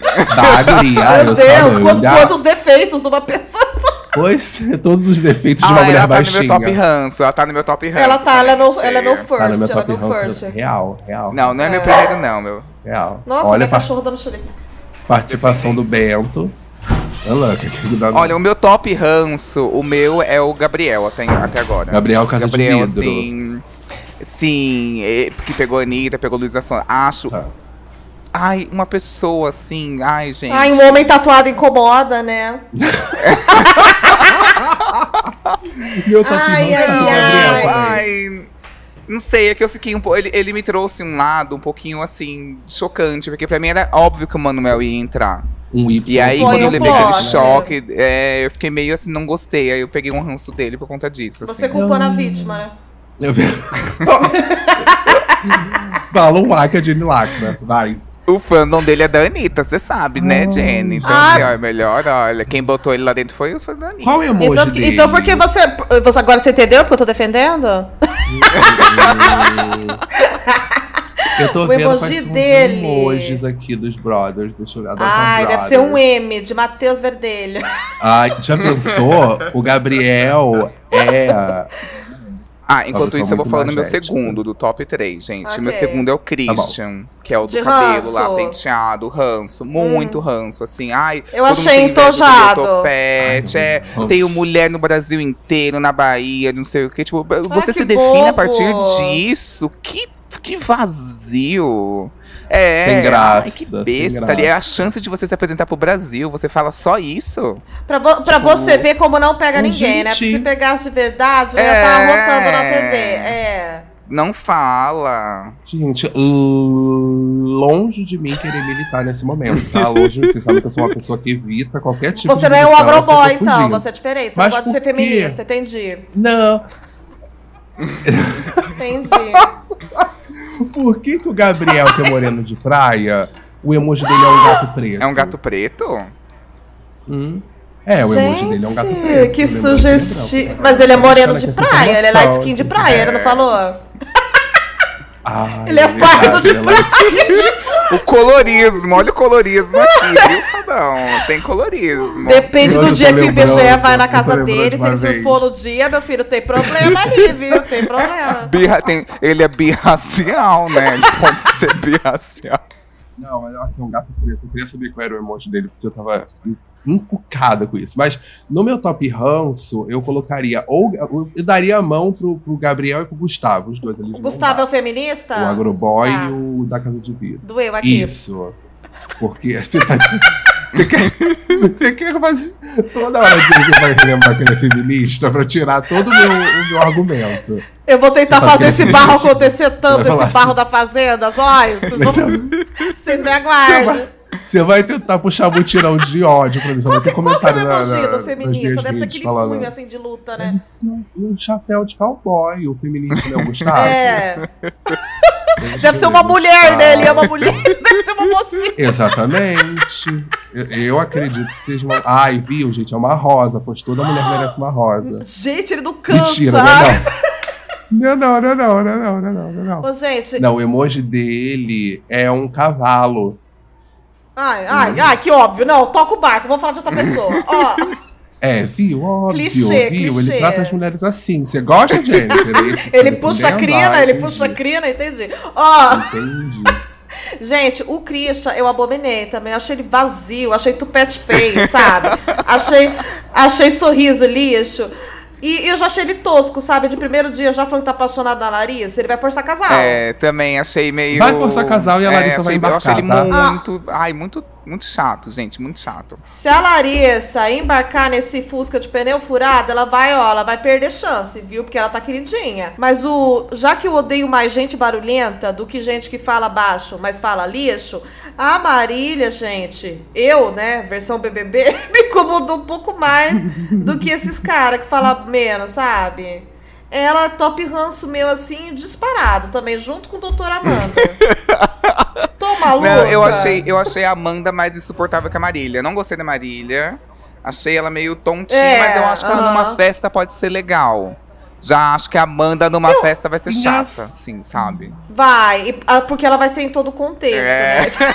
S1: Da guria,
S2: Meu
S1: eu sou
S2: Deus, quanto-
S1: Amanda.
S2: quantos defeitos de uma pessoa.
S1: Pois, todos os defeitos de
S3: Ah,
S1: uma mulher
S3: ela tá no
S1: baixinha.
S3: meu top ranço. Ela tá no meu top ranço.
S2: ela tá, ela é meu,
S3: gente.
S2: ela é meu first,
S1: Tá no meu
S2: ela é
S1: top
S2: meu
S1: ranço.
S2: first.
S1: Real, real.
S3: Não, não é, meu primeiro, não, meu.
S1: Real.
S2: Nossa,
S1: Olha
S2: minha
S1: a par-
S2: cachorra dando xerife.
S1: participação do Bento. Olha, que que dá-
S3: Olha, o meu top ranço, o meu é o Gabriel até, até agora.
S1: Gabriel Casa de
S3: Gabriel,
S1: Vidro.
S3: Sim, sim é, que pegou a Anitta, pegou Luiz Asson. Acho.
S1: Tá.
S3: Ai, uma pessoa assim. Ai, gente.
S2: Ai, um homem tatuado incomoda, né?
S1: Meu top
S2: Ai,
S1: ranço tá
S2: ai,
S1: com o
S2: ai.
S1: Gabriel. também.
S3: Ai. Não sei, é que eu fiquei um pouco. Ele, ele me trouxe um lado um pouquinho assim, chocante, porque pra mim era óbvio que o Manuel ia entrar.
S1: Um Y.
S3: E aí,
S2: Foi
S3: quando eu
S2: um
S3: levei aquele
S2: plot.
S3: choque, é, eu fiquei meio assim, não gostei. Aí eu peguei um ranço dele por conta disso.
S2: Você
S3: assim.
S2: culpando a vítima, né?
S1: Eu... Fala um lacra de lacra, vai.
S3: O fandom dele é da Anitta, você sabe, né, Jenny? Então,
S2: Ah.
S3: assim, ó, é melhor, olha. Quem botou ele lá dentro foi os fãs da Anitta.
S1: Qual é o emoji
S2: Então,
S1: dele?
S2: então por que você, você. Agora você entendeu porque eu tô defendendo?
S1: Eu tô
S2: O
S1: vendo
S2: emoji
S1: quais são os
S2: dele.
S1: emojis aqui dos brothers. Deixa eu olhar.
S2: Ai, deve ser um M de Matheus Verdelho.
S1: Ai, já pensou? o Gabriel é...
S3: Ah, enquanto
S1: Nossa, eu
S3: isso,
S1: sou
S3: eu vou
S1: muito Tá
S3: falando meu
S1: magética.
S3: segundo, do top 3, gente.
S2: Ok.
S3: Meu segundo é o Christian, que é o do
S2: De
S3: cabelo lá,
S2: ranço. Hum.
S3: penteado, ranço, muito ranço, assim. Ai,
S2: Eu
S3: todo mundo
S2: achei
S3: tem inveja do meu
S2: entojado.
S3: Topete,
S1: Ai,
S3: é,
S1: ranço.
S3: tenho mulher no Brasil inteiro, na Bahia, não sei o quê. Tipo, você
S2: que
S3: se define a
S2: bobo.
S3: partir disso? Que, que vazio. É,
S1: Sem graça,
S3: ai, que
S1: sem
S3: besta.
S1: graça.
S3: E é a chance de você se apresentar pro Brasil. Você fala só isso?
S2: Pra, vo- pra você ver como não pega
S1: um
S2: ninguém, né? Porque
S1: Tipo, gente.
S2: se pegasse de verdade, eu ia
S3: É.
S2: estar arrotando na TV. É.
S3: Não fala.
S1: Gente, hum, longe de mim querer militar nesse momento, tá? Longe, vocês sabem que eu sou uma pessoa que evita qualquer tipo
S2: Você
S1: de
S2: não é um
S1: militar,
S2: agroboy,
S1: eu fico
S2: então.
S1: fugindo.
S2: Você é diferente. Você
S1: Mas
S2: não pode
S1: por
S2: ser
S1: quê?
S2: feminista. Entendi.
S1: Não,
S2: Entendi.
S1: por que que o Gabriel, que é moreno de praia, o emoji dele é um gato preto?
S3: É um gato preto?
S1: Hum? É, o emoji dele é um gato
S2: Gente,
S1: preto.
S2: Que
S1: o emoji dele é
S2: sugestivo.
S1: branco.
S2: Mas ele é moreno
S1: Deixando aqui
S2: de
S1: essa
S2: praia. Ele é
S1: informação,
S2: light skin de
S1: gente.
S2: praia, ele não falou?
S1: Ai,
S2: Ele é pardo
S1: né? É verdade,
S2: de
S1: ela-
S2: praia.
S3: O colorismo, olha o colorismo aqui, viu, Fabão? Tem colorismo.
S2: Depende
S1: Hoje
S2: do
S1: eu
S2: dia
S1: tô
S2: que o IBGE
S1: lembrando,
S2: vai na
S1: eu tô
S2: casa
S1: lembrando
S2: dele.
S1: de
S2: Se
S1: uma
S2: ele surfou no dia, meu filho, tem problema ali, viu? Tem problema.
S3: Birra- tem- ele é birracial, né? Ele pode ser birracial.
S1: Não, mas aqui é um gato preto. Eu queria saber qual era o emoji dele, porque eu tava encucada com isso. Mas no meu top ranço, eu colocaria. Ou eu daria a mão pro, pro Gabriel e pro Gustavo, os dois ali.
S2: O Gustavo é o feminista?
S1: O agroboy
S2: Tá.
S1: e o da casa de vidro.
S2: Doeu aqui.
S1: Isso. Porque você tá. Você quer, você quer que eu faça toda hora que ele vai relembrar que ele é feminista pra tirar todo o meu, o meu argumento.
S2: Eu vou tentar
S1: Você sabe
S2: fazer
S1: que ele
S2: esse
S1: é
S2: barro
S1: feminista.
S2: acontecer tanto,
S1: Vai falar
S2: esse barro
S1: assim.
S2: da fazenda, só. Vocês
S1: Mas
S2: vão-
S1: você-
S2: Vocês me
S1: você
S2: aguardem.
S1: vai- Você vai tentar puxar mutirão de ódio pra isso. Eu vou ter
S2: Qual que é o
S1: comentário na- na-
S2: elogio do
S1: nas minhas
S2: feminista? Deve ser
S1: redes
S2: aquele
S1: falando-
S2: punho assim de luta, né?
S1: um, um chapéu de cowboy, o feminista, né, o Gustavo?
S2: É. Deve ser uma
S1: Ah.
S2: mulher, né? Ele é uma mulher. Deve ser uma mocinha.
S1: Exatamente. Eu, eu acredito que seja uma... Ai, viu, gente? É uma rosa, é pois toda mulher merece uma rosa.
S2: Gente, ele não cansa.
S1: Mentira, né? Não. Não, não, não, não, não, não, não, não, não.
S2: Ô, gente.
S1: Não, o emoji dele é um cavalo.
S2: Ai, ai, ai, que óbvio. Não, toca o barco, vou falar de outra pessoa. Ó,
S1: É, viu? Óbvio,
S2: Clichê,
S1: viu?
S2: clichê.
S1: Ele trata as mulheres assim. Você gosta, Jennifer? É isso que você
S2: ele
S1: tá
S2: puxa a
S1: defendendo?
S2: crina,
S1: Ah,
S2: ele
S1: entendi.
S2: puxa a crina, entendi. Ó,
S1: Entendi.
S2: Gente, o Christian eu abominei também. Eu achei ele vazio, achei tupete feio, sabe? achei, achei sorriso lixo. E eu já achei ele tosco, sabe? De primeiro dia já falando que tá apaixonado na Larissa, ele vai forçar casal.
S3: É, também achei meio. É,
S1: Vai forçar casal e a Larissa vai
S3: achei- Eu achei ele
S1: embarcar,
S2: tá?
S3: muito. Ai, muito, muito chato, gente. Muito chato.
S2: Se a Larissa embarcar nesse Fusca de pneu furado, ela vai, ó, ela vai perder chance, viu? Porque ela tá queridinha. Mas o. Já que eu odeio mais gente barulhenta do que gente que fala baixo, mas fala lixo, a Marília, gente, eu, né, versão BBB, me incomodou um pouco mais do que esses caras que falam menos, sabe? Ela é top ranço meu, assim, disparado também, junto com o doutor Amanda. Tô maluca.
S3: Não, eu achei, eu achei a Amanda mais insuportável que a Marília. Não gostei da Marília. Achei ela meio tontinha,
S2: É,
S3: mas eu acho que ela
S2: aham.
S3: numa festa pode ser legal. Já acho que a Amanda numa festa vai ser chata,
S1: Nossa.
S3: assim, sabe?
S2: Vai, e- ah, porque ela vai ser em todo o contexto,
S3: É.
S2: né?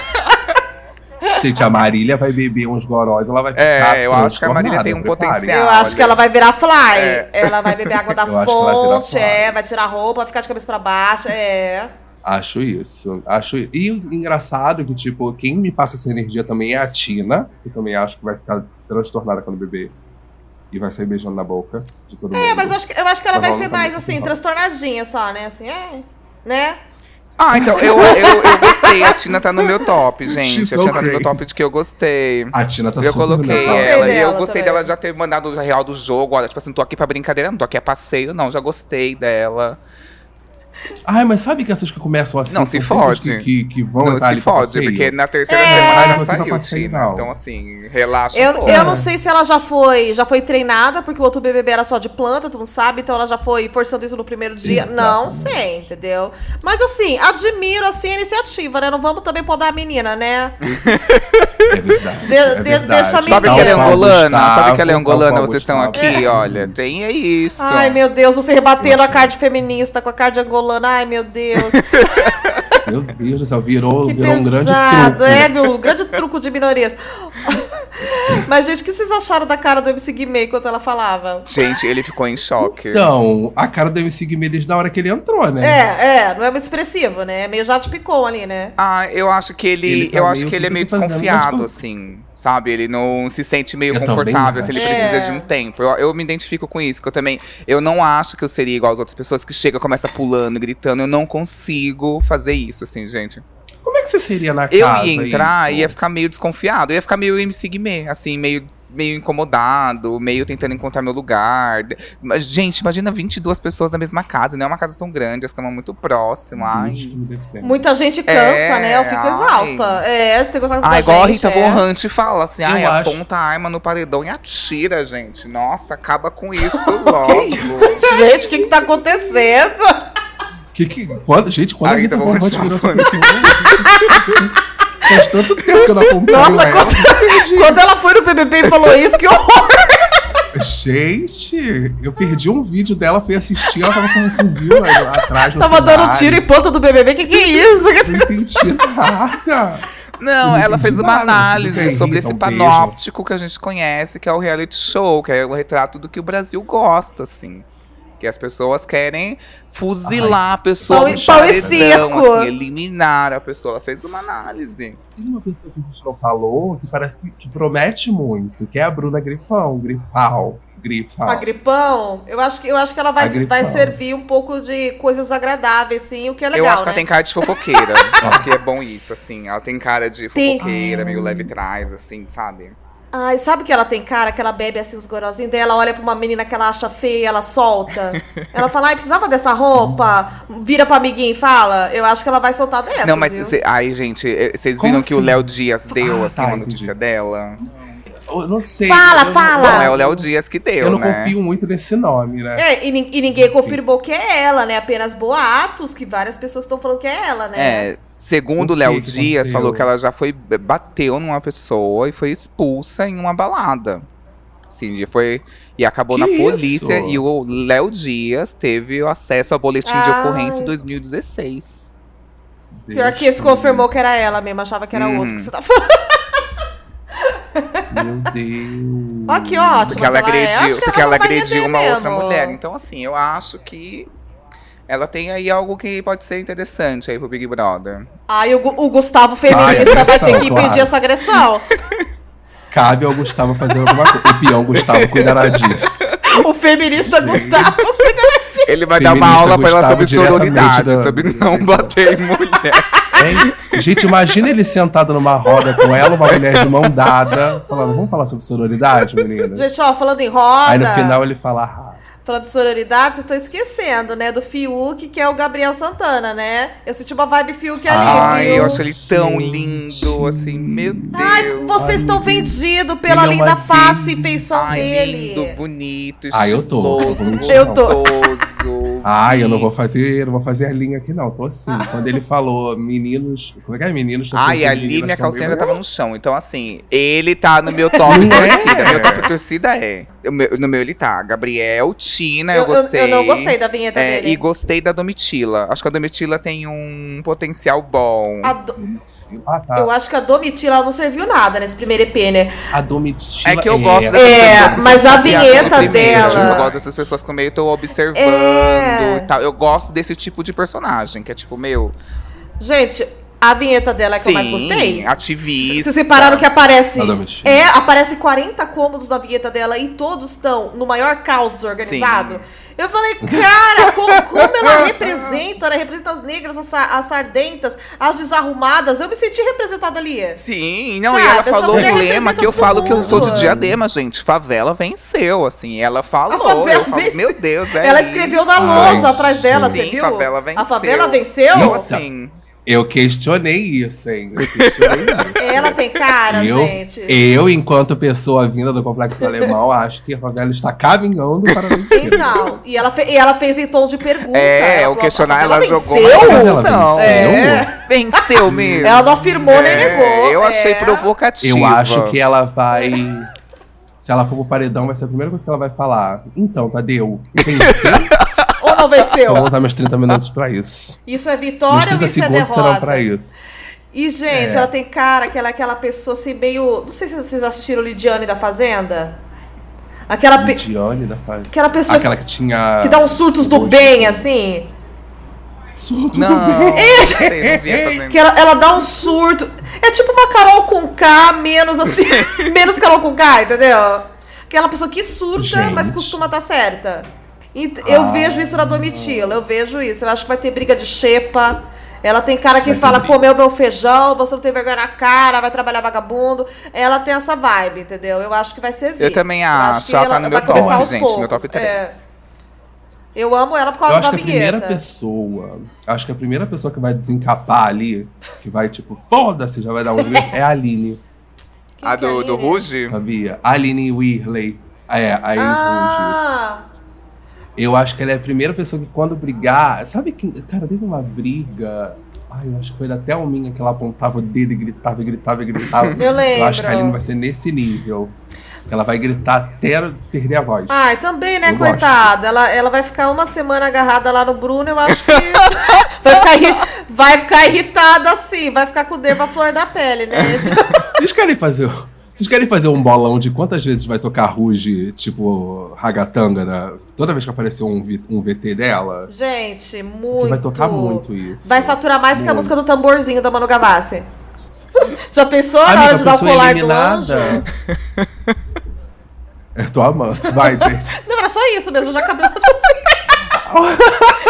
S1: Gente, a Marília vai beber uns goróis, ela vai ficar.
S3: É, eu acho que a Marília
S1: Tá transformada,
S3: tem um
S1: preparem.
S3: potencial.
S2: Eu acho
S3: olha.
S2: que ela vai virar fly.
S3: É.
S2: Ela vai beber água da
S1: Eu acho que ela vai virar
S2: fonte,
S1: fly.
S2: é, vai tirar a roupa, vai ficar de cabeça pra baixo, é.
S1: Acho isso, acho isso. E o engraçado que, tipo, quem me passa essa energia também é a Tina, que eu também acho que vai ficar transtornada quando beber. E vai sair beijando na boca de todo mundo.
S2: É, mas eu acho que, eu acho que ela
S1: Mas
S2: vai
S1: ela
S2: ser
S1: não tá
S2: mais
S1: muito
S2: assim,
S1: com
S2: transtornadinha só, né? Assim, é. Né?
S3: Ah, então, eu, eu, eu gostei. A Tina tá no meu top, gente.
S1: She's
S3: A
S1: so
S3: Tina tá no meu
S1: crazy.
S3: top de que eu gostei.
S1: A Tina tá
S3: eu
S1: super
S3: coloquei
S1: legal.
S2: gostei
S3: ela. E eu
S2: dela
S3: gostei
S2: também.
S3: dela já ter mandado o real do jogo. Olha, tipo assim, não tô aqui pra brincadeira, não tô aqui a passeio, não. Já gostei dela.
S1: Ai, mas sabe que essas que começam assim.
S3: Não, se
S1: são todas
S3: fode.
S1: Que, que, que vão
S3: não
S1: entrar
S3: se
S1: ali pra
S3: fode,
S1: passeio?
S3: porque na terceira
S1: Ai,
S2: É.
S1: não
S3: semana
S1: vou
S3: já
S1: pra
S3: saiu,
S1: passeio,
S3: Tina.
S1: não.
S3: Então, assim, relaxa. um
S2: Eu,
S3: pouco.
S2: eu não sei se ela já foi, já foi treinada, porque o outro bebê era só de planta, tu não sabe, então ela já foi forçando isso no primeiro dia. Não
S1: Exatamente.
S2: sei, entendeu? Mas assim, admiro assim a iniciativa, né? Não vamos também podar a menina, né?
S1: É verdade.
S2: De-
S1: é
S2: de-
S1: verdade.
S2: deixa a menina.
S3: Sabe que ela é
S1: Dá um pau
S3: angolana?
S1: Gustavo,
S3: Sabe que ela é
S1: dá um pau
S3: angolana? Vocês estão
S1: Gustavo.
S3: aqui, olha. Tem é isso.
S2: Ai, meu Deus, você rebatendo a card feminista com a card angolana. Ai, meu Deus.
S1: Meu Deus do céu, virou,
S2: Que
S1: virou um grande
S2: pesado.
S1: truco.
S2: é, meu, um grande truco de minorias. Mas, gente, o que vocês acharam da cara do MC Guimê enquanto ela falava?
S3: Gente, ele ficou em choque.
S1: Então, a cara do MC Guimê desde a hora que ele entrou,
S2: É,
S1: né?
S2: é, não é muito expressivo, né? É meio já de picou ali, né?
S3: Ah, eu acho que ele.
S1: Ele tá
S3: eu acho
S1: meio
S3: que ele é
S1: que
S3: meio
S1: fazendo umas
S3: desconfiado,
S1: coisas.
S3: assim. Sabe? Ele não se sente meio
S1: Eu também
S3: confortável,
S1: acho.
S3: assim, ele
S2: É.
S3: precisa de um tempo. Eu, eu me identifico com isso, que eu também. Eu não acho que eu seria igual às outras pessoas que chega, começa pulando, gritando. Eu não consigo fazer isso, assim, gente.
S1: Como é que você seria na
S3: Eu
S1: casa?
S3: ia entrar
S1: Ítalo?
S3: e ia ficar meio desconfiado. Eu ia ficar meio MC Guimê, assim, meio, meio incomodado, meio tentando encontrar meu lugar. Mas, gente, imagina 22 pessoas na mesma casa. Não é uma casa tão grande, as camas muito próximas. Ai,
S1: Deus que me defenda.
S2: Muita gente cansa,
S3: É,
S2: né? Eu fico
S3: ai.
S2: exausta. É, tem gostado da
S3: Ah, igual a
S2: gente,
S3: Rita
S2: é.
S3: Von Hunt fala assim,
S1: Eu
S3: ai,
S1: acho.
S3: aponta a arma no paredão e atira, gente. Nossa, acaba com isso logo.
S2: Gente, o que que tá acontecendo?
S1: Que, que, quando, gente, quando
S3: Aí
S1: a Rita
S3: tá
S1: Von
S3: bom,
S1: Hunt
S3: continua.
S1: virou essa pessoa? Faz tanto tempo que eu não acompanho
S2: Nossa,
S1: ela.
S2: quando, quando ela foi no BBB e falou isso, que horror!
S1: Gente, eu perdi um vídeo dela, fui assistir, ela tava com um fuzil aí atrás no
S2: Tava dando
S1: cenário.
S2: tiro em ponta do BBB, que que é isso?
S1: Não entendi nada.
S3: Não,
S1: Não
S3: ela fez
S1: entendi
S3: uma
S1: nada,
S3: análise
S1: tudo bem,
S2: é
S3: sobre
S1: Rita,
S3: esse
S1: um beijo.
S3: panóptico que a gente conhece, que é o reality show, que é o retrato do que o Brasil gosta, assim. Que as pessoas querem fuzilar a pessoa
S2: Pau e-
S3: no
S2: pau e
S3: paredão,
S2: circo.
S3: assim, eliminar a pessoa. Ela fez uma análise.
S1: Tem uma pessoa que a gente não falou que parece que, que promete muito, que é a Bruna Grifão. Grifal. Grifal.
S2: A gripão, eu acho que, eu acho que ela vai,
S1: A gripão.
S2: vai servir um pouco de coisas agradáveis, sim, o que é legal,
S3: Eu acho que
S2: né?
S3: ela tem cara de fofoqueira. acho que é bom isso, assim. Ela tem cara de
S2: Tem.
S3: fofoqueira, meio leve trás, assim, sabe?
S2: Ai, sabe que ela tem cara, que ela bebe assim os gorozinhos dela, olha pra uma menina que ela acha feia, ela solta. ela fala, ai, precisava dessa roupa? Vira pra amiguinha e fala. Eu acho que ela vai soltar dessa,
S3: Não, mas
S2: É, viu?
S3: cê, aí, gente, é, vocês
S1: Como
S3: viram que o
S1: assim?
S3: Léo Dias deu,
S1: Ah,
S3: assim,
S1: tá,
S3: uma
S1: entendi.
S3: notícia dela?
S1: Eu não sei.
S2: Fala,
S1: eu não-
S2: fala.
S3: Não, é o Léo Dias que deu,
S1: Eu não
S3: né?
S1: confio muito nesse nome, né?
S2: É, e, nin- e ninguém confirmou que é ela, né? Apenas boatos, que várias pessoas estão falando que é ela, né?
S3: É, segundo o
S1: O
S3: Léo
S1: que que
S3: Dias,
S1: aconteceu?
S3: falou que ela já foi bateu numa pessoa e foi expulsa em uma balada. Assim, já foi E acabou
S1: Que
S3: na
S1: isso?
S3: polícia e o Léo Dias teve acesso ao boletim de
S2: Ai.
S3: ocorrência em 2016.
S2: Pior que esse confirmou que era ela mesmo, achava que era o outro
S3: Hum.
S2: que você tá falando.
S1: Meu Deus.
S2: Ó, Ah, que ótimo.
S3: Porque ela
S2: que ela é. Acho
S3: agrediu,
S2: que
S3: porque
S2: ela
S3: ela
S2: não vai
S3: agrediu uma
S2: render
S3: outra
S2: mesmo.
S3: mulher. Então, assim, eu acho que ela tem aí algo que pode ser interessante aí pro Big Brother.
S2: Aí o, Gu- o Gustavo feminista
S1: Ai,
S2: vai ter
S1: agressão,
S2: que
S1: claro.
S2: impedir essa agressão.
S1: Cabe ao Gustavo fazer alguma coisa. O peão Gustavo cuidará disso.
S2: O feminista
S1: Gente.
S2: Gustavo.
S3: Ele vai dar uma
S1: Feminista
S3: aula pra ela
S1: Gustavo
S3: sobre sororidade,
S1: diretamente da-
S3: sobre não bater em mulher.
S1: Hein? Gente, imagina ele sentado numa roda com ela, uma mulher de mão dada, falando: vamos falar sobre sororidade, menina?
S2: Gente, ó, falando em roda,
S1: Aí no final ele fala: ah,
S2: falando de sororidade, vocês estão esquecendo, né? Do Fiuk, que é o Gabriel Santana, né? Eu senti uma vibe Fiuk ali,
S1: Ai,
S2: viu?
S3: Ai, eu acho ele tão
S1: Gente.
S3: lindo, assim, meu Deus.
S2: Ai, vocês estão vendidos pela
S1: Ele é uma
S2: linda face e
S1: delícia.
S2: feição
S3: Ai,
S2: dele.
S3: lindo, bonito,
S1: Ah, eu tô,
S3: estiloso,
S1: eu vou mentir,
S2: Eu tô.
S3: gostoso,
S1: "Ah, ai, eu não vou fazer, não vou fazer a linha aqui, não. Tô assim. Quando ele falou, meninos. Como é que é? Meninos. tão
S3: Ah. Ai,
S1: sempre
S3: ali
S1: meninas,
S3: minha
S1: tão
S3: calcinha já
S1: bem-
S3: tava no chão. Então, assim, ele tá no meu top
S1: Não é?
S3: torcida. Meu top torcida é. o meu- No meu ele tá. Gabriel, Tina, Né, eu,
S2: Eu, eu-
S3: gostei.
S2: eu não gostei da vinheta
S3: É,
S2: dele.
S3: e gostei da Domitila. Acho que a Domitila tem um potencial bom.
S2: A Do-
S1: Ah, tá.
S2: Eu acho que a Domitila ela não serviu nada nesse primeiro EP, né?
S1: A Domitila.
S3: É que eu gosto
S1: da
S3: dessas
S2: É,
S3: pessoas que
S2: mas
S3: são
S2: a
S3: confiáveis
S2: vinheta
S3: de primeira.
S2: dela-
S3: Eu gosto dessas pessoas que eu meio tô observando
S2: É.
S3: e tal. Eu gosto desse tipo de personagem, que é tipo, meu.
S2: Gente, a vinheta dela é que eu mais
S3: sim, tá.
S2: gostei.
S3: Ativista.
S2: Vocês repararam que aparece.
S1: A Domitila.
S2: É, aparece 40 cômodos na vinheta dela e todos estão no maior caos desorganizado.
S3: Sim.
S2: Eu falei, cara, como, como ela representa, ela representa as negras, as, sa- as sardentas, as desarrumadas. Eu me senti representada ali.
S3: Sim, não, e
S2: Sabe,
S3: ela
S2: essa
S3: falou
S2: mulher
S3: um lema que eu
S2: representa
S3: falo que eu sou de
S2: tudo.
S3: diadema, gente. Favela venceu, assim. Ela falou,
S2: favela
S3: eu falo,
S2: venceu.
S3: meu Deus, é
S2: ela
S3: isso.
S2: escreveu na
S1: Ai,
S2: lousa atrás dela,
S1: gente.
S2: você
S3: Sim,
S2: viu?
S3: favela venceu.
S2: A favela venceu?
S3: Então, assim,
S1: Eu questionei isso, hein? Eu questionei isso.
S2: Ela tem cara,
S1: Eu-
S2: gente.
S1: Eu, enquanto pessoa vinda do complexo do alemão, acho que a favela está caminhando para a mentira.
S2: Então, e ela, fe- e ela fez em tom de pergunta. ela
S3: é, eu
S2: falou,
S3: questionar,
S2: "A
S3: ela
S2: favela
S3: jogou um.
S2: venceu?" É.
S1: Mas
S3: uma
S1: ela
S3: discussão.
S1: venceu?
S3: Venceu mesmo.
S2: Ela não afirmou nem
S3: É,
S2: negou.
S3: Eu achei
S2: é.
S3: provocativa.
S1: Eu acho que ela vai. Se ela for pro paredão, vai ser a primeira coisa que ela vai falar. Então, Tadeu, vencer?
S2: Ou não venceu?
S1: Só vou usar meus 30 minutos pra isso.
S2: Isso é
S1: Meus
S2: vitória ou
S1: 30
S2: isso é
S1: segundos serão
S2: derrota?
S1: pra isso.
S2: E, gente,
S1: É.
S2: ela tem cara que ela é aquela pessoa assim, meio. Não sei se vocês assistiram Lidiane da Fazenda. Aquela, pe-
S1: Lidiane da fase.
S2: aquela pessoa
S1: Aquela que tinha.
S2: que dá um uns surtos do
S1: Gosto.
S2: bem, assim.
S1: Surto
S3: Não,
S1: do bem.
S3: não sei, não vi essa
S2: Que
S3: lembrança.
S2: ela, ela dá um surto. É tipo uma Carol com K, menos assim. menos Carol com K, entendeu? Aquela pessoa que surta,
S1: Gente.
S2: mas costuma estar certa. Ent- eu
S1: Ah.
S2: vejo isso na Domitila, eu vejo isso. Eu acho que vai ter briga de xepa. Ela tem cara que
S1: Vai ter
S2: fala,
S1: briga.
S2: comeu meu feijão, você não tem vergonha na cara, vai trabalhar vagabundo. Ela tem essa vibe, entendeu? Eu acho que vai servir.
S3: Eu também
S2: acho
S3: acho.
S2: que
S3: Ela
S2: assim, ela
S3: tá no meu
S2: vai começar
S3: top,
S2: aos
S3: gente.
S2: poucos,
S3: Meu top 3.
S2: é. Eu amo ela por
S1: Eu
S2: causa
S1: acho
S2: da
S1: que a primeira
S2: vinheta.
S1: pessoa. Acho que a primeira pessoa que vai desencapar ali, que vai tipo, foda-se, já vai dar um grito, é a Aline.
S2: Quem
S3: A
S2: que é
S3: do, do
S2: Aline?
S3: Ruge?
S1: Sabia? Aline Whirley. É, a ex
S2: Ah!
S1: Eu acho que ela é a primeira pessoa que quando brigar. Sabe que. Cara, teve uma briga. Ai, eu acho que foi da Thelminha que ela apontava o dedo e gritava e gritava e gritava.
S2: Eu lembro.
S1: acho que a Aline vai ser nesse nível. Que ela vai gritar até ela perder a voz.
S2: Ai, também, né,
S1: Eu gosto
S2: coitada? Ela, ela vai ficar uma semana agarrada lá no Bruno, eu acho que. vai, ficar, irri- vai ficar irritada assim, vai ficar com o nervo à flor da pele, né? Então,
S1: Vocês querem fazer. Vocês querem fazer um bolão de quantas vezes vai tocar Ruge, tipo, ragatanga, né? Toda vez que aparecer um, vi- um VT dela?
S2: gente, muito.
S1: Porque Vai tocar muito isso.
S2: Vai saturar mais que a
S1: Muito.
S2: música do tamborzinho da Manu Gavassi. Já pensou na
S1: Amiga,
S2: hora de
S1: a
S2: dar o
S1: pessoa
S2: colar do
S1: eliminada.
S2: anjo?
S1: Eu tô amando. Vai, gente.
S2: Não, era só isso mesmo, já acabei assim.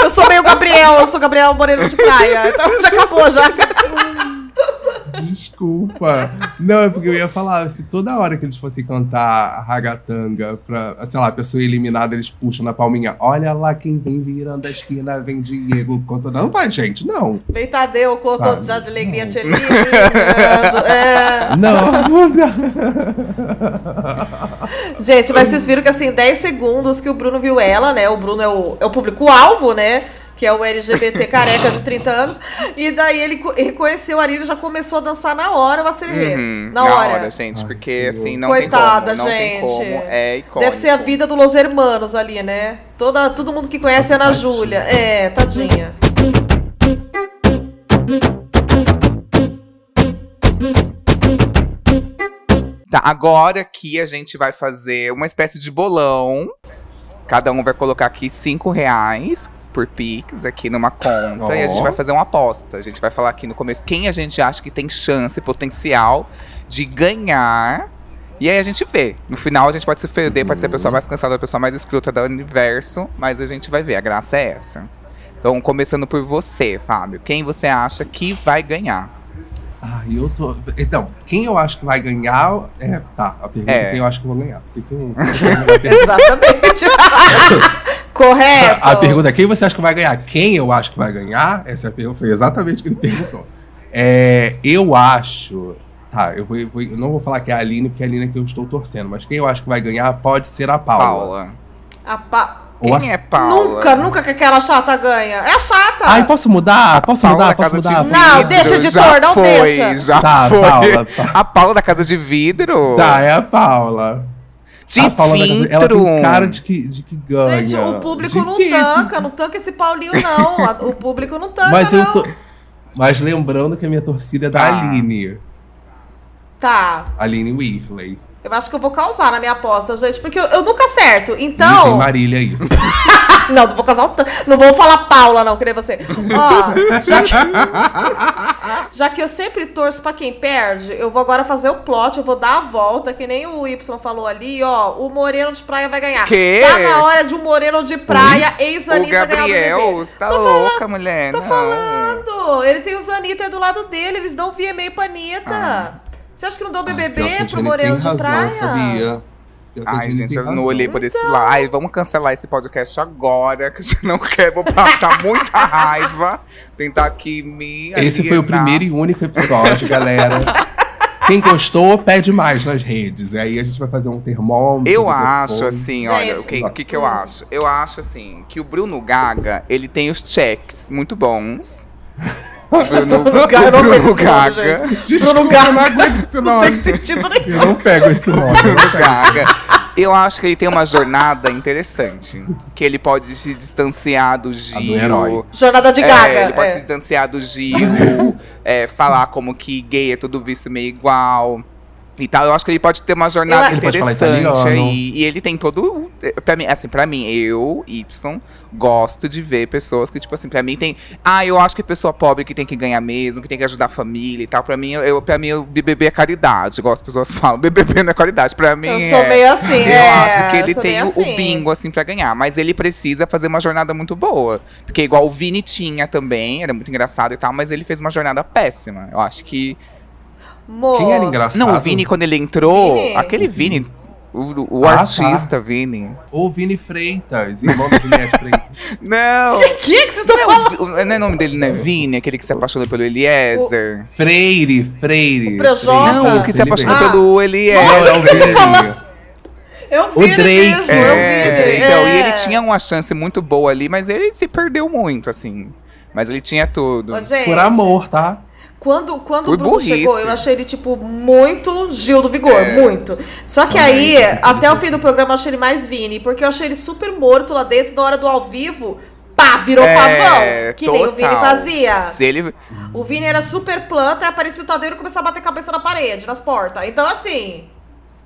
S2: Eu sou meio Gabriel, eu sou Gabriel Moreno de Praia. Então já acabou, já.
S1: Desculpa. Não, é porque eu ia falar, se toda hora que eles fossem cantar a ragatanga pra, sei lá, a pessoa eliminada, eles puxam na palminha, olha lá quem vem virando a esquina, vem Diego, conta. Não vai, gente, não.
S2: Vem Tadeu, cortou
S1: Sabe?
S2: já de alegria, te eliminando. É.
S1: Não.
S2: Gente, mas vocês viram que assim, 10 segundos que o Bruno viu ela, né? O Bruno é o, é o público-alvo, né? que é o LGBT careca de 30 anos. E daí ele co- reconheceu a Arina e já começou a dançar na hora o acerreiro.
S3: Uhum,
S2: na hora.
S3: gente,
S1: Ai,
S3: porque
S1: que
S3: assim, não
S2: Coitada,
S3: tem como, não
S2: gente.
S3: tem como, é icônico.
S2: Deve ser a vida do Los Hermanos ali, né? Toda, todo mundo que conhece a Ana
S1: Tadinha.
S2: Júlia. É, tadinha.
S3: Tá, agora aqui a gente vai fazer uma espécie de bolão. Cada um vai colocar aqui cinco reais por Pix aqui numa conta. E a
S1: Ó.
S3: gente vai fazer uma aposta. A gente vai falar aqui no começo quem a gente acha que tem chance, potencial de ganhar. E aí a gente vê. No final a gente pode se perder, pode ser a
S1: Uhum.
S3: pessoa mais cansada, a pessoa mais escrota do universo. Mas a gente vai ver, a graça é essa. Então, começando por você, Fábio. Quem você acha que vai ganhar?
S1: Ah, eu tô. Então, quem eu acho que vai ganhar. É, tá. A pergunta
S3: É.
S1: é quem eu acho que eu vou ganhar. Porque quem eu- a pergunta-
S2: Exatamente. Correto.
S1: A pergunta é quem você acha que vai ganhar? Quem eu acho que vai ganhar? Essa é a pergunta foi exatamente o que ele perguntou. É, eu acho. Tá, eu, vou, vou- eu não vou falar que é a Aline, porque é a Aline é que eu estou torcendo, mas quem eu acho que vai ganhar pode ser a Paula.
S2: A pa-
S1: Ou a-
S3: Quem é Paula?
S2: Nunca, nunca que aquela chata ganha. É a chata.
S1: Ai, Ah, posso mudar? Posso
S3: Paula
S1: mudar?
S3: da
S1: Posso
S3: Casa de
S1: mudar?
S2: Vidro. Não, deixa, editor,
S3: já
S2: não
S3: foi,
S2: deixa.
S3: Já
S1: Tá,
S3: foi.
S1: Paula, tá.
S3: A Paula da Casa de Vidro.
S1: Tá, é a Paula.
S3: de
S1: a Paula da casa- Ela
S3: vidro.
S1: tem um cara de que, de que ganha.
S2: Gente, o público
S1: De
S2: não
S1: vidro.
S2: tanca, não tanca esse Paulinho, não. A- O público não tanca,
S1: Mas eu
S2: não.
S1: tô. Mas lembrando que a minha torcida é da
S3: Tá.
S1: Aline.
S2: Tá.
S1: Aline Whirley.
S2: Eu acho que eu vou causar na minha aposta, gente, porque eu, eu nunca acerto.
S1: Ih, Tem
S2: Então.
S1: Marília aí.
S2: não, não vou causar o tan- Não vou falar Paula, não, queria você. Ó, já que, já que eu sempre torço pra quem perde, eu vou agora fazer o plot, eu vou dar a volta, que nem o Y falou ali, ó. O Moreno de Praia vai ganhar.
S3: Quê?
S2: Tá na hora de um Moreno de Praia,
S3: O
S2: ex-Anitta ganhar do BBB.
S3: Gabriel, você tá louca, mulher.
S2: Tô
S3: não.
S2: falando! Ele tem os Anitta do lado dele, eles dão VMA pra Anitta.
S3: Ah.
S2: Você acha que não deu
S1: Pior que
S2: BBB
S1: a
S2: pro
S1: Jenny
S2: Moreno
S1: tem
S2: de
S1: razão,
S2: Praia?
S1: Sabia? Pior que a
S3: Ai,
S1: Jenny
S3: gente,
S1: tem
S3: eu não
S1: razão.
S3: olhei por esse
S2: Então.
S3: lado. Ai, vamos cancelar esse podcast agora, que eu já não quero. Vou passar muita raiva. Tentar aqui me.
S1: Esse foi o
S3: alienar.
S1: primeiro e único episódio, galera. Quem gostou, pede mais nas redes. E aí a gente vai fazer um termômetro.
S3: Eu
S1: do
S3: acho
S1: telefone.
S3: assim,
S2: Gente.
S3: olha, o que, o que que eu acho? Eu acho assim, que o Bruno Gaga, ele tem os checks muito bons. O Bruno,
S2: Bruno Gaga, é eu não
S3: o Bruno
S2: conheço esse nome,
S3: Gaga,
S1: Desculpa,
S2: Bruno Gaga.
S1: eu não aguento esse
S2: Não tem
S1: nome.
S2: sentido nenhum.
S1: Eu não pego esse nome. eu não pego.
S3: Gaga, eu acho que ele tem uma jornada interessante, que ele pode se distanciar do Gil.
S1: herói.
S2: Jornada de
S3: É, ele
S2: Gaga.
S3: pode
S2: é.
S3: se distanciar do Gil, é, falar como que gay é tudo visto meio igual. E tal, eu acho que ele pode ter uma jornada
S2: Eu-
S1: Ele pode falar
S3: interessante
S1: italiano.
S3: aí. E ele tem todo. Pra mim, assim, pra mim, eu, Y, gosto de ver pessoas que, tipo assim, pra mim tem. Ah, eu acho que pessoa pobre que tem que ganhar mesmo, que tem que ajudar a família e tal. Pra mim, eu, pra mim, o BBB é caridade. Igual as pessoas falam, BBB não é caridade. Pra mim.
S2: Eu sou
S3: é.
S2: meio assim,
S3: Eu
S2: é,
S3: acho que
S2: eu
S3: ele
S2: sou
S3: tem
S2: meio
S3: o-
S2: assim.
S3: o bingo, assim, pra ganhar. Mas ele precisa fazer uma jornada muito boa. Porque igual o Vini tinha também, era muito engraçado e tal, mas ele fez uma jornada péssima. Eu acho que.
S2: Mô,
S3: é
S1: Quem era engraçado?
S3: Não, o Vini, quando ele entrou,
S2: Vini?
S3: aquele Vini. O, o
S1: Ah, tá.
S3: artista Vini.
S1: Ou Vini Freitas, irmão do Juliette Freitas.
S3: Não!
S2: O que que vocês estão falando?
S3: não, o- não é nome dele, né? Vini, aquele que se apaixonou pelo Eliezer.
S1: Freire, Freire.
S2: O Projota.
S1: Freire.
S3: Não, o que se
S1: Ele
S3: apaixonou
S1: mesmo.
S2: Ah.
S3: pelo Eliezer.
S2: Nossa,
S1: Não, é
S2: o que eu tô
S1: Vini.
S2: falando? Eu vi
S1: O
S2: ele
S1: Drake.
S2: mesmo, eu vi
S3: É,
S2: ele.
S3: então,
S2: é.
S3: e ele tinha uma chance muito boa ali, mas ele se perdeu muito, assim. Mas ele tinha tudo.
S2: Ô, gente,
S1: Por amor, tá?
S2: Quando, quando o
S3: Por
S2: Bruno
S3: burrice.
S2: chegou, eu achei ele, tipo, muito Gil do Vigor,
S3: É.
S2: muito. Só que
S1: Ai,
S2: aí,
S1: gente.
S2: até o fim do programa, eu achei ele mais Vini, porque eu achei ele super morto lá dentro, na hora do ao vivo, pá, virou
S3: É,
S2: pavão, que nem o
S3: total.
S2: Vini fazia.
S3: Se ele.
S2: O Vini era super planta, aí aparecia o Tadeiro e começava a bater cabeça na parede, nas portas. Então, assim,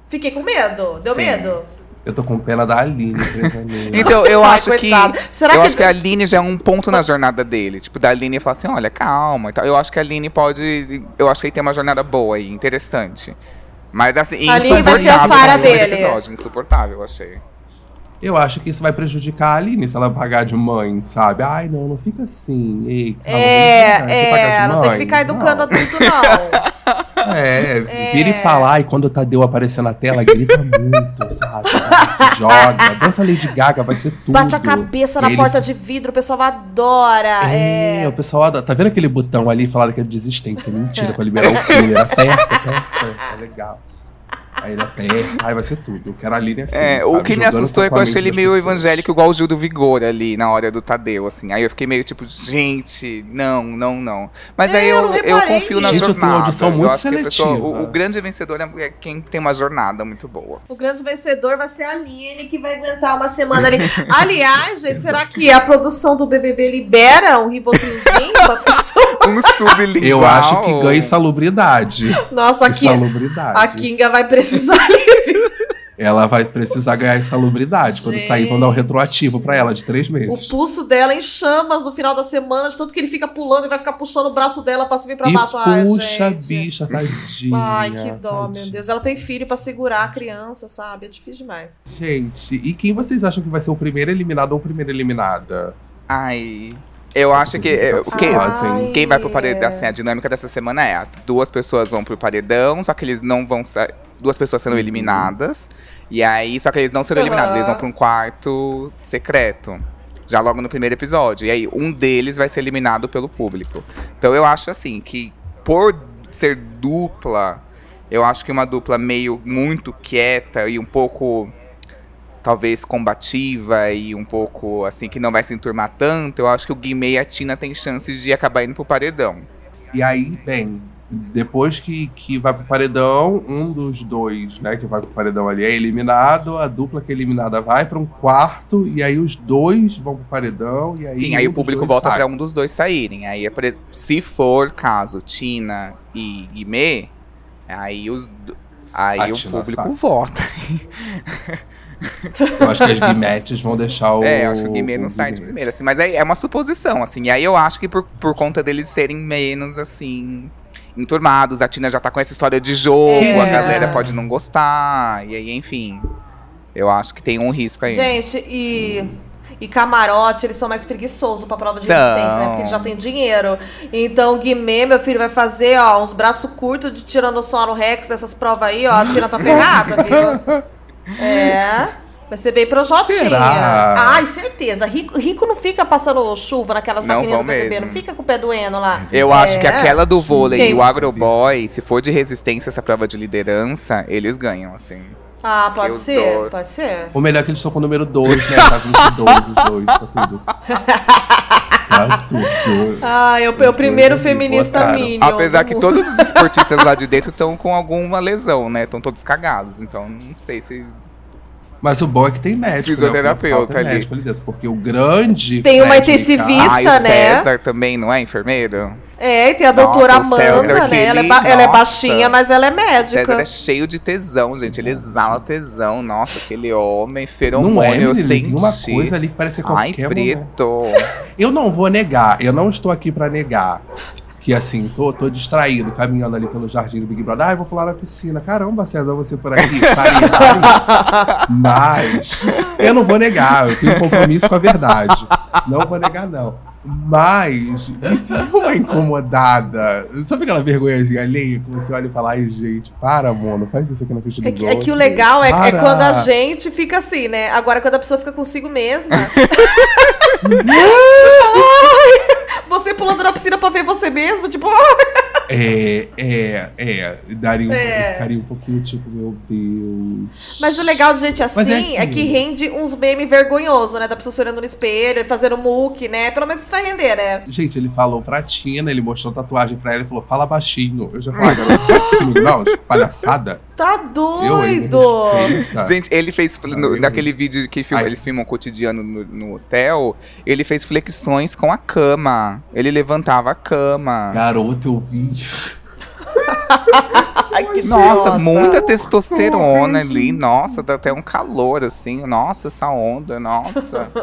S2: fiquei com medo, deu
S3: Sim.
S2: medo.
S1: Eu tô com pena da Aline, precisamente.
S3: Então, eu
S2: Ai,
S3: acho que.
S2: coitado. Será
S3: eu
S2: que-
S3: acho que a Aline já é um ponto na jornada dele. Tipo, da Aline falar assim: olha, calma e tal. Eu acho que a Aline pode. Eu acho que ele tem uma jornada boa aí, interessante. Mas assim,
S2: A Aline vai ser a
S3: insuportável
S2: Sarah
S3: no primeiro
S2: dele.
S3: Episódio, insuportável, eu achei.
S1: Eu acho que isso vai prejudicar a Aline se ela pagar de mãe, sabe? Ai, não, não fica assim. Ei, calma, vamos pagar, tem que
S2: é,
S1: pagar
S2: é,
S1: de
S2: não tem que
S1: mãe.
S2: ficar educando
S1: Não.
S2: adulto, não.
S1: É, vira e fala, ai, quando o Tadeu aparecer na tela, grita muito, sabe? Se joga, dança Lady Gaga, vai ser tudo.
S2: Bate a cabeça na
S1: Ele-
S2: porta de vidro, o pessoal adora. é.
S1: É, o pessoal adora. Tá vendo aquele botão ali, falaram que é de desistência, mentira, pra liberar o cooler, aperta, aperta, é legal. Aí ele até. Ai, vai ser tudo. Eu quero a Lilian assim.
S3: É, o
S1: sabe,
S3: que me
S1: jogando
S3: assustou é que eu
S1: totalmente
S3: achei ele
S1: nas
S3: meio
S1: pessoas.
S3: evangélico igual o Gil do Vigor ali na hora do Tadeu, assim. Aí eu fiquei meio tipo, gente, não, não, não. Mas
S2: É,
S3: aí
S2: eu
S3: eu,
S2: não
S3: eu,
S2: reparei
S3: confio na
S2: nisso.
S1: Gente, eu tenho uma
S3: jornada.
S1: audição muito
S3: acho que a pessoa-
S1: seletiva.
S3: o, o grande vencedor é quem tem uma jornada muito boa.
S2: O grande vencedor vai ser a Aline, que vai aguentar uma semana ali. Aliás, gente, será que a produção do BBB libera um ribotrilzinho pra pessoa?
S3: Um sublingual.
S1: Eu acho que ganha insalubridade.
S2: Nossa, aqui,
S1: Insalubridade.
S2: a Kinga vai precisar.
S1: Ela vai precisar ganhar insalubridade. Quando sair, vão dar um
S2: Gente.
S1: retroativo pra ela de três meses.
S2: O pulso dela em chamas no final da semana, de tanto que ele fica pulando e vai ficar puxando o braço dela pra cima e pra
S1: E
S2: baixo. Ai,
S1: puxa,
S2: gente.
S1: bicha, tadinha.
S2: Ai, que dó,
S1: tadinha.
S2: meu Deus. Ela tem filho pra segurar a criança, sabe? É difícil demais.
S1: Gente, e quem vocês acham que vai ser o primeiro eliminado ou primeira eliminada?
S3: Ai. Eu acho que. é,
S1: Vocês
S3: quem-
S1: fazem.
S2: Ai.
S3: Quem vai pro
S2: É.
S3: paredão, assim, a dinâmica dessa semana é: duas pessoas vão pro paredão, só que eles não vão sa- Duas pessoas sendo eliminadas. E aí, só que eles não serão
S2: Aham.
S3: eliminados, eles vão pra um quarto secreto. Já logo no primeiro episódio. E aí, um deles vai ser eliminado pelo público. Então eu acho assim que por ser dupla, eu acho que uma dupla meio muito quieta e um pouco talvez combativa e um pouco assim que não vai se enturmar tanto, eu acho que o Guimê e a Tina têm chances de acabar indo pro paredão.
S1: E aí, bem, depois que, que vai pro paredão, um dos dois, né, que vai pro paredão ali é eliminado, a dupla que é eliminada vai pra um quarto, e aí os dois vão pro paredão, e aí.
S3: Sim, aí
S1: um
S3: o
S1: dos
S3: público
S1: dois
S3: volta
S1: sai.
S3: pra um dos dois saírem. Aí é por ex- se for caso Tina e Guimê, aí os do- aí
S1: A
S3: o
S1: Tina
S3: público
S1: sai.
S3: vota.
S1: Eu acho que as guimetes vão deixar o.
S3: É, eu acho que o Guimê não sai de
S1: Guimê.
S3: primeira, assim, mas aí é uma suposição, assim. E aí eu acho que por, por conta deles serem menos, assim, enturmados, a Tina já tá com essa história de jogo,
S2: É.
S3: a galera pode não gostar, e aí, enfim. Eu acho que tem um risco aí.
S2: Gente, e. E camarote, eles são mais preguiçosos pra prova de
S3: São.
S2: resistência, né? Porque eles já têm dinheiro. Então, o Guimê, meu filho, vai fazer, ó, uns braços curtos de Tiranossauro Rex dessas provas aí, ó. A Tina tá ferrada, viu? É. Vai ser bem projotinha.
S1: Será?
S2: Ai, certeza. Rico, rico não fica passando chuva naquelas
S3: Não
S2: maquininhas do
S3: vão
S2: BBB,
S3: mesmo.
S2: não fica com o pé doendo lá.
S3: Eu
S2: É.
S3: acho que aquela do vôlei
S2: Quem-
S3: e o agroboy, se for de resistência essa prova de liderança, eles ganham, assim.
S2: Ah, pode
S3: Eu
S2: ser,
S3: dou.
S2: pode ser.
S1: O melhor é que eles estão com o número 2, né? Tá 22, os dois, tá tudo. Tá tudo.
S2: Ah, eu,
S1: Os
S2: eu primeiro
S1: dois me
S2: feminista
S1: botaram.
S2: mínimo.
S3: Apesar que todos os esportistas lá de dentro estão com alguma lesão, né? Estão todos cagados, então não sei se
S1: Mas o bom é que tem médico. né?
S3: Fisioterapeuta
S1: O que falta é
S3: ali.
S1: médico ali dentro, porque o grande.
S2: Tem uma
S1: Fred
S2: intensivista.
S3: Ah, e o
S2: né?
S3: César também não é enfermeiro?
S2: É, e tem a doutora
S3: Nossa, o César,
S2: Amanda,
S3: que
S2: né? Ela é,
S3: ele-
S2: ba- ela é
S3: nossa.
S2: baixinha, mas ela é
S3: O César é
S2: médica.
S3: cheio de tesão, gente. Ele exala tesão. Nossa, aquele homem feromônio.
S1: Não é,
S3: eu
S1: menino, tem uma
S3: senti.
S1: coisa ali que parece que é
S3: Ai,
S1: qualquer mulher.
S3: preto.
S1: Eu não vou negar, eu não estou aqui pra negar. Que assim, tô, tô distraído, caminhando ali pelo jardim do Big Brother. Ai, vou pular na piscina. Caramba, César, você por aqui. Tá aí, tá aí. Mas eu não vou negar, eu tenho um compromisso com a verdade. Não vou negar, não. Mas me deu uma incomodada. Sabe aquela vergonhazinha alheia que você olha e fala, ai, gente, para, mano, faz isso aqui na frente do
S2: É que, é que o
S1: outros.
S2: legal é, é
S1: Para."
S2: quando a gente fica assim, né? Agora, quando a pessoa fica consigo mesma. você pulando na piscina pra ver você mesmo, tipo, ah,
S1: É, é, é. Daria um,
S2: É.
S1: Eu ficaria um pouquinho tipo, meu Deus.
S2: mas o legal de gente
S1: Mas é
S2: assim é,
S1: aquilo.
S2: que rende uns memes vergonhosos, né? Da pessoa se olhando no espelho, fazendo muque, né? Pelo menos isso vai render, né?
S1: Gente, ele falou pra Tina, ele mostrou a tatuagem pra ela e falou: fala baixinho. Eu já falei, garoto, faz comigo, não, de palhaçada.
S2: Tá
S1: Eu, hein, me
S2: doido!
S1: respeita.
S3: Gente, ele fez. fl- no-
S1: Ai,
S3: naquele vídeo que filma,
S1: Ai.
S3: eles filmam cotidiano no, no hotel, ele fez flexões com a cama. Ele levantava a cama.
S1: Garoto, eu vi isso.
S3: Nossa,
S2: Nossa.
S3: muita testosterona ali. Nossa, dá até um calor, assim. Nossa, essa onda, nossa.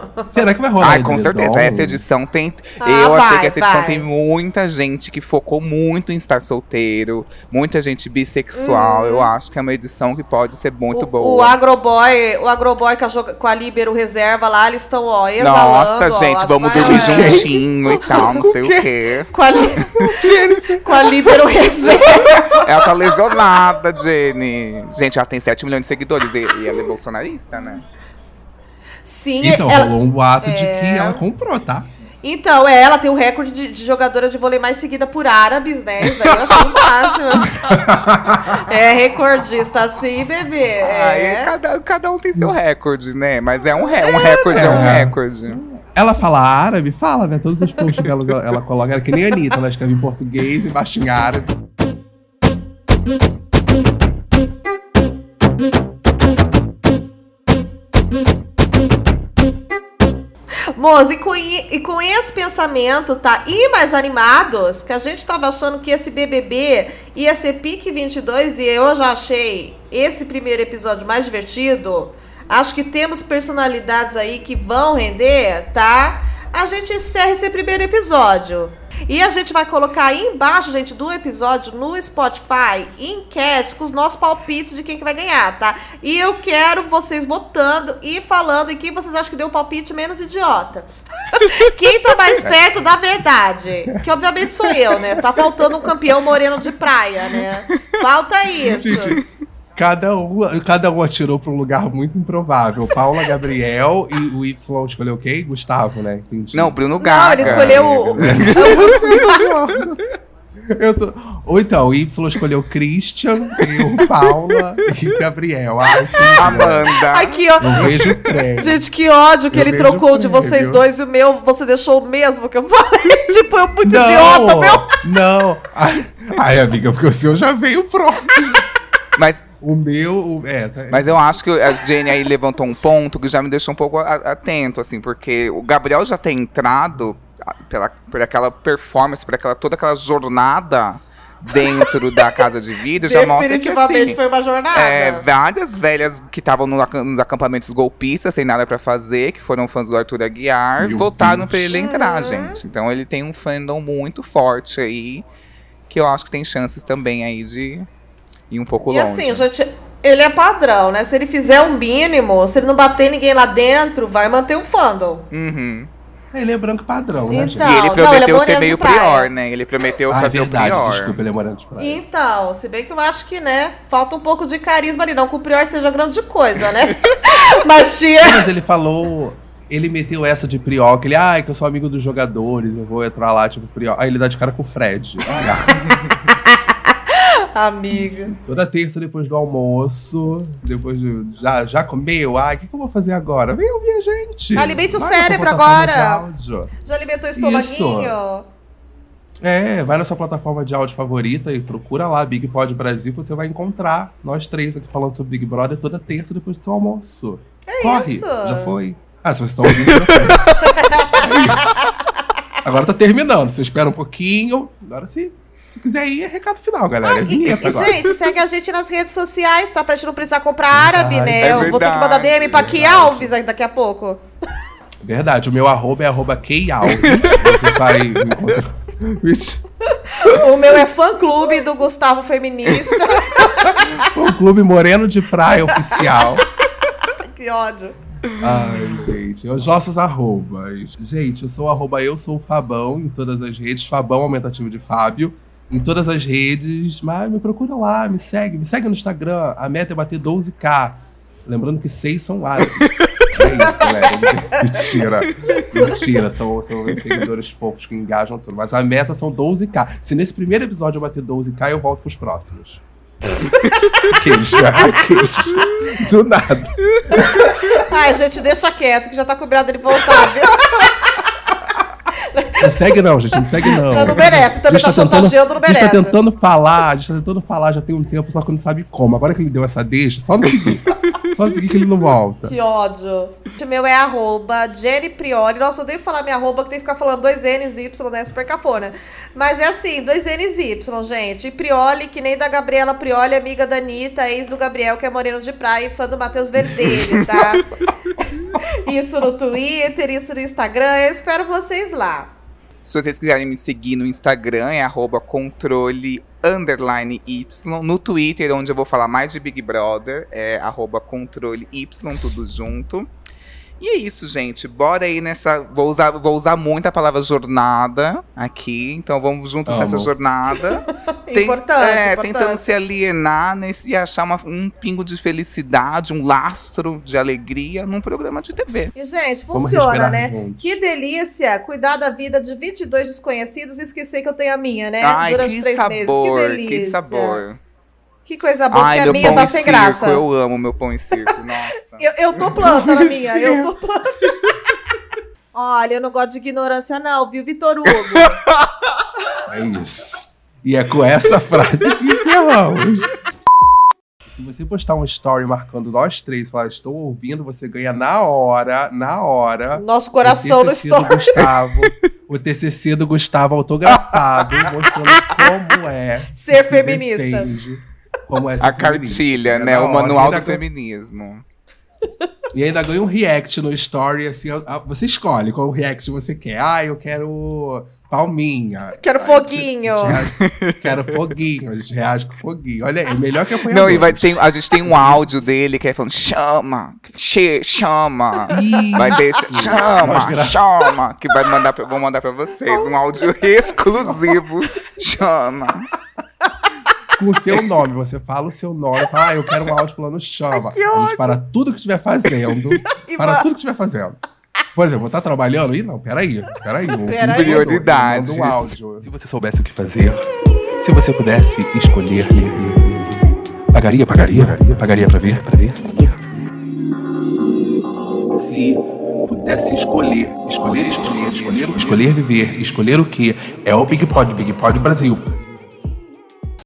S1: Será que vai rolar?
S3: Ai, com
S1: edredom?
S3: certeza. Essa edição tem.
S2: Ah,
S3: eu achei
S2: vai,
S3: que essa edição
S2: vai.
S3: tem muita gente que focou muito em estar solteiro, muita gente bissexual. Eu acho que é uma edição que pode ser muito
S2: Uhum. o,
S3: boa.
S2: O Agroboy, o Agroboy com a, joga- com a Líbero reserva lá, eles estão, ó, exalando.
S3: Nossa,
S2: ó,
S3: gente,
S2: as
S3: vamos dormir
S2: vaianas.
S3: juntinho e tal, não sei o quê.
S2: Com a, li... com a Líbero reserva.
S3: Ela tá lesionada, Jenny. Gente, ela tem 7 milhões de seguidores e, e ela é bolsonarista, né?
S2: Sim,
S1: Então,
S2: ela-
S1: rolou um boato de
S2: É.
S1: que ela comprou, tá?
S2: Então, é, ela tem o recorde de, de jogadora de vôlei mais seguida por árabes, né? Isso daí eu achei o máximo. é recordista, assim, bebê.
S3: Aí
S2: É.
S3: cada, cada um tem
S2: Hum.
S3: seu recorde, né? Mas é um, re- um recorde, é um
S1: né?
S3: recorde.
S1: Ela fala árabe? Fala, né? Todos os posts que ela, ela coloca, ela é que nem a Anitta, ela escreve em português e baixa em árabe.
S2: Moço, e com, i- e com esse pensamento, tá? E mais animados, que a gente tava achando que esse BBB ia ser pique 22 e eu já achei esse primeiro episódio mais divertido. Acho que temos personalidades aí que vão render, tá? A gente encerra esse primeiro episódio. E a gente vai colocar aí embaixo, gente, do episódio no Spotify, enquete com os nossos palpites de quem que vai ganhar, tá? E eu quero vocês votando e falando em quem vocês acham que deu o palpite menos idiota. quem tá mais perto da verdade? Que obviamente sou eu, né? Tá faltando um campeão moreno de praia, né? Falta isso.
S1: Gente, cada um, cada um atirou pra um lugar muito improvável. Paula, Gabriel e o Y escolheu quem? Gustavo, né? Entendi.
S3: Não, Bruno Gaga.
S2: Não, ele escolheu o.
S1: Eu tô- Ou então, o Y escolheu Christian, eu, Paula e Gabriel. Ai, que-
S3: Amanda.
S2: Aqui, ó.
S1: não vejo o trem.
S2: Gente, que ódio que
S1: Eu
S2: ele
S1: vejo
S2: trocou de
S1: por ele,
S2: vocês
S1: viu?
S2: dois e o meu você deixou o mesmo que eu falei. tipo, eu muito idiota,
S1: não,
S2: meu.
S1: não. Ai, ai, amiga, porque o seu já veio pronto.
S3: Mas,
S1: O meu, o- é, tá-
S3: mas eu acho que a Jenny aí levantou um ponto que já me deixou um pouco a- atento, assim, porque o Gabriel já tem entrado a- pela, por aquela performance, por aquela, toda aquela jornada dentro da casa de vidro, já mostra que é
S2: Definitivamente
S3: assim,
S2: foi uma jornada.
S3: É, várias velhas que estavam no acam- nos acampamentos golpistas, sem nada pra fazer, que foram fãs do Arthur Aguiar,
S1: Meu
S3: votaram
S1: Deus.
S3: pra ele entrar,
S2: Uhum.
S3: gente. Então ele tem um fandom muito forte aí, que eu acho que tem chances também aí de ir um pouco
S2: e
S3: longe.
S2: assim, gente, ele é padrão, né? Se ele fizer um mínimo, se ele não bater ninguém lá dentro, vai manter um fandom.
S3: Uhum.
S1: Ele é branco padrão, né, gente?
S2: Então,
S3: e ele
S2: não,
S3: prometeu
S2: ele é
S3: ser
S2: moreno de
S3: meio
S2: praia.
S3: prior, né? Ele prometeu
S1: Ah, é
S3: fazer
S1: verdade,
S3: o prior.
S1: desculpa, ele é morando de praia.
S2: Então, se bem que eu acho que, né, falta um pouco de carisma ali. Não que o Prior seja grande coisa, né? Mas tinha.
S1: Mas ele falou. Ele meteu essa de Priol, que ele, ai, que eu sou amigo dos jogadores, eu vou entrar lá, tipo, Priol. Aí ele dá de cara com o Fred. Ah,
S2: Amiga.
S1: Toda terça, depois do almoço, depois do. Já, já comeu? Ai, o que, que eu vou fazer agora? Vem ouvir a gente.
S2: Alimente Tá, o
S1: Vai
S2: cérebro
S1: na sua plataforma
S2: agora.
S1: de áudio.
S2: Já alimentou o
S1: Isso.
S2: estomaguinho?
S1: É, vai na sua plataforma de áudio favorita e procura lá Big Pod Brasil, que você vai encontrar nós três aqui falando sobre Big Brother toda terça depois do seu almoço. É Corre,
S2: isso.
S1: já foi. Ah, se vocês estão ouvindo, já foi. É isso. Agora tá terminando, você espera um pouquinho. Agora se, se quiser ir, é recado final, galera. É vinheta
S2: Ah, E,
S1: agora.
S2: gente, segue a gente nas redes sociais, tá? Pra gente não precisar comprar árabe,
S1: Verdade,
S2: né?
S3: é
S2: Eu vou ter que mandar
S3: verdade,
S2: DM pra Ki
S3: verdade.
S2: Alves aí daqui a pouco.
S1: Verdade, o meu arroba é arroba Key Alves. Você vai me encontrar.
S2: O meu é fã clube do Gustavo Feminista.
S1: O um Clube Moreno de Praia Oficial.
S2: que ódio.
S1: Ai, gente. Os nossos arrobas. Gente, eu sou o arroba eu sou o Fabão em todas as redes. Fabão aumentativo de Fábio. Em todas as redes. Mas me procura lá, me segue. Me segue no Instagram. A meta é bater 12k. Lembrando que seis são árabes. É isso, galera. Mentira. Mentira. São, são meus seguidores fofos que engajam tudo. Mas a meta são 12k. Se nesse primeiro episódio eu bater 12k, eu volto pros próximos. aqueles, né? Aqueles. Do nada.
S2: Ai, gente, deixa quieto, que já tá cobrado ele voltar, viu?
S1: Não segue não, gente, não segue não.
S2: Não, não merece, também tá chantageando, não
S1: a gente tá
S2: merece.
S1: tentando falar, a gente tá tentando falar já tem um tempo, só que não sabe como. Agora que ele deu essa deixa, só no seguir. só no seguir que ele não volta.
S2: Que ódio. O meu é arroba Jenny Priori. Nossa, eu odeio falar minha arroba, que tem que ficar falando dois N's Y, né? Super cafona. Mas é assim, dois N's Y, gente. E Prioli, que nem da Gabriela Prioli, amiga da Anitta, ex do Gabriel, que é moreno de praia e fã do Matheus Verdelho, tá? isso no Twitter, isso no Instagram. Eu espero vocês lá.
S3: Se vocês quiserem me seguir no Instagram, é arroba controle underline y. No Twitter, onde eu vou falar mais de Big Brother, é arroba controle y, tudo junto. E é isso, gente. Bora aí nessa. Vou usar, vou usar muito a palavra jornada aqui. Então vamos juntos
S1: Amo.
S3: nessa jornada. Tem-
S2: importante,
S3: é,
S2: importante.
S3: tentando se alienar nesse, e achar uma- um pingo de felicidade, um lastro de alegria num programa de TV.
S2: E, gente,
S1: Vamos
S2: funciona,
S1: respirar
S2: né?
S1: juntos.
S2: Que delícia cuidar da vida de 22 desconhecidos e esquecer que eu tenho a minha, né?
S3: Ai,
S2: Durante
S3: que
S2: três
S3: sabor,
S2: meses. Que delícia.
S3: que sabor.
S2: Que coisa boa,
S3: Ai,
S2: porque a
S3: meu
S2: minha
S3: pão
S2: tá
S3: e
S2: sem
S3: circo,
S2: graça. Eu...
S3: eu amo meu pão e circo, nossa.
S2: Eu, tô plantando a minha, eu
S1: Pão
S2: tô plantando. Olha, eu não gosto de ignorância, não, viu, Vitor Hugo?
S1: É isso. E é com essa frase que encerramos. Se você postar um story marcando nós três, falar, estou ouvindo, você ganha na hora, na hora.
S2: Nosso coração
S1: o
S2: no
S1: TCC do
S2: story.
S1: Gustavo, o TCC do Gustavo autografado, mostrando como é
S2: Ser
S1: se
S2: feminista.
S1: defende, como é ser
S3: A
S1: feminista.
S3: cartilha,
S1: É
S3: né?
S1: na
S3: O
S1: hora.
S3: manual
S1: E
S3: do
S1: ainda ganha-
S3: feminismo.
S1: E ainda ganha um react no story, assim, a- a- você escolhe qual react você quer. Ah, eu quero palminha.
S2: Quero
S1: Ai,
S2: foguinho.
S1: gente, Quero foguinho, eles reagem com foguinho. Olha, é melhor que apanhador.
S3: Não, e vai, tem, a gente tem um áudio dele que é falando: chama, che, chama.
S1: Ih,
S3: Vai ter esse,
S1: Nós
S3: chama,
S1: gra-
S3: chama, que vai mandar pra, vou mandar pra vocês um áudio exclusivo. Chama.
S1: com o seu nome. Você fala o seu nome, fala, ah, eu quero um áudio falando chama.
S2: Ai, que
S1: a
S2: ódio.
S1: gente para tudo que estiver fazendo.
S2: E
S1: para
S2: va-
S1: tudo que estiver fazendo. Por exemplo, vou estar trabalhando? Ih, não, peraí, peraí. Um
S2: Peraí.
S1: vídeo mandou,
S3: Prioridades.
S1: ele manda um áudio. Se você soubesse o que fazer, se você pudesse escolher, pagaria, pagaria, pagaria pra ver, pra ver. Se pudesse escolher, escolher, escolher, escolher, escolher viver, escolher o que? É o Big Pod, Big Pod Brasil.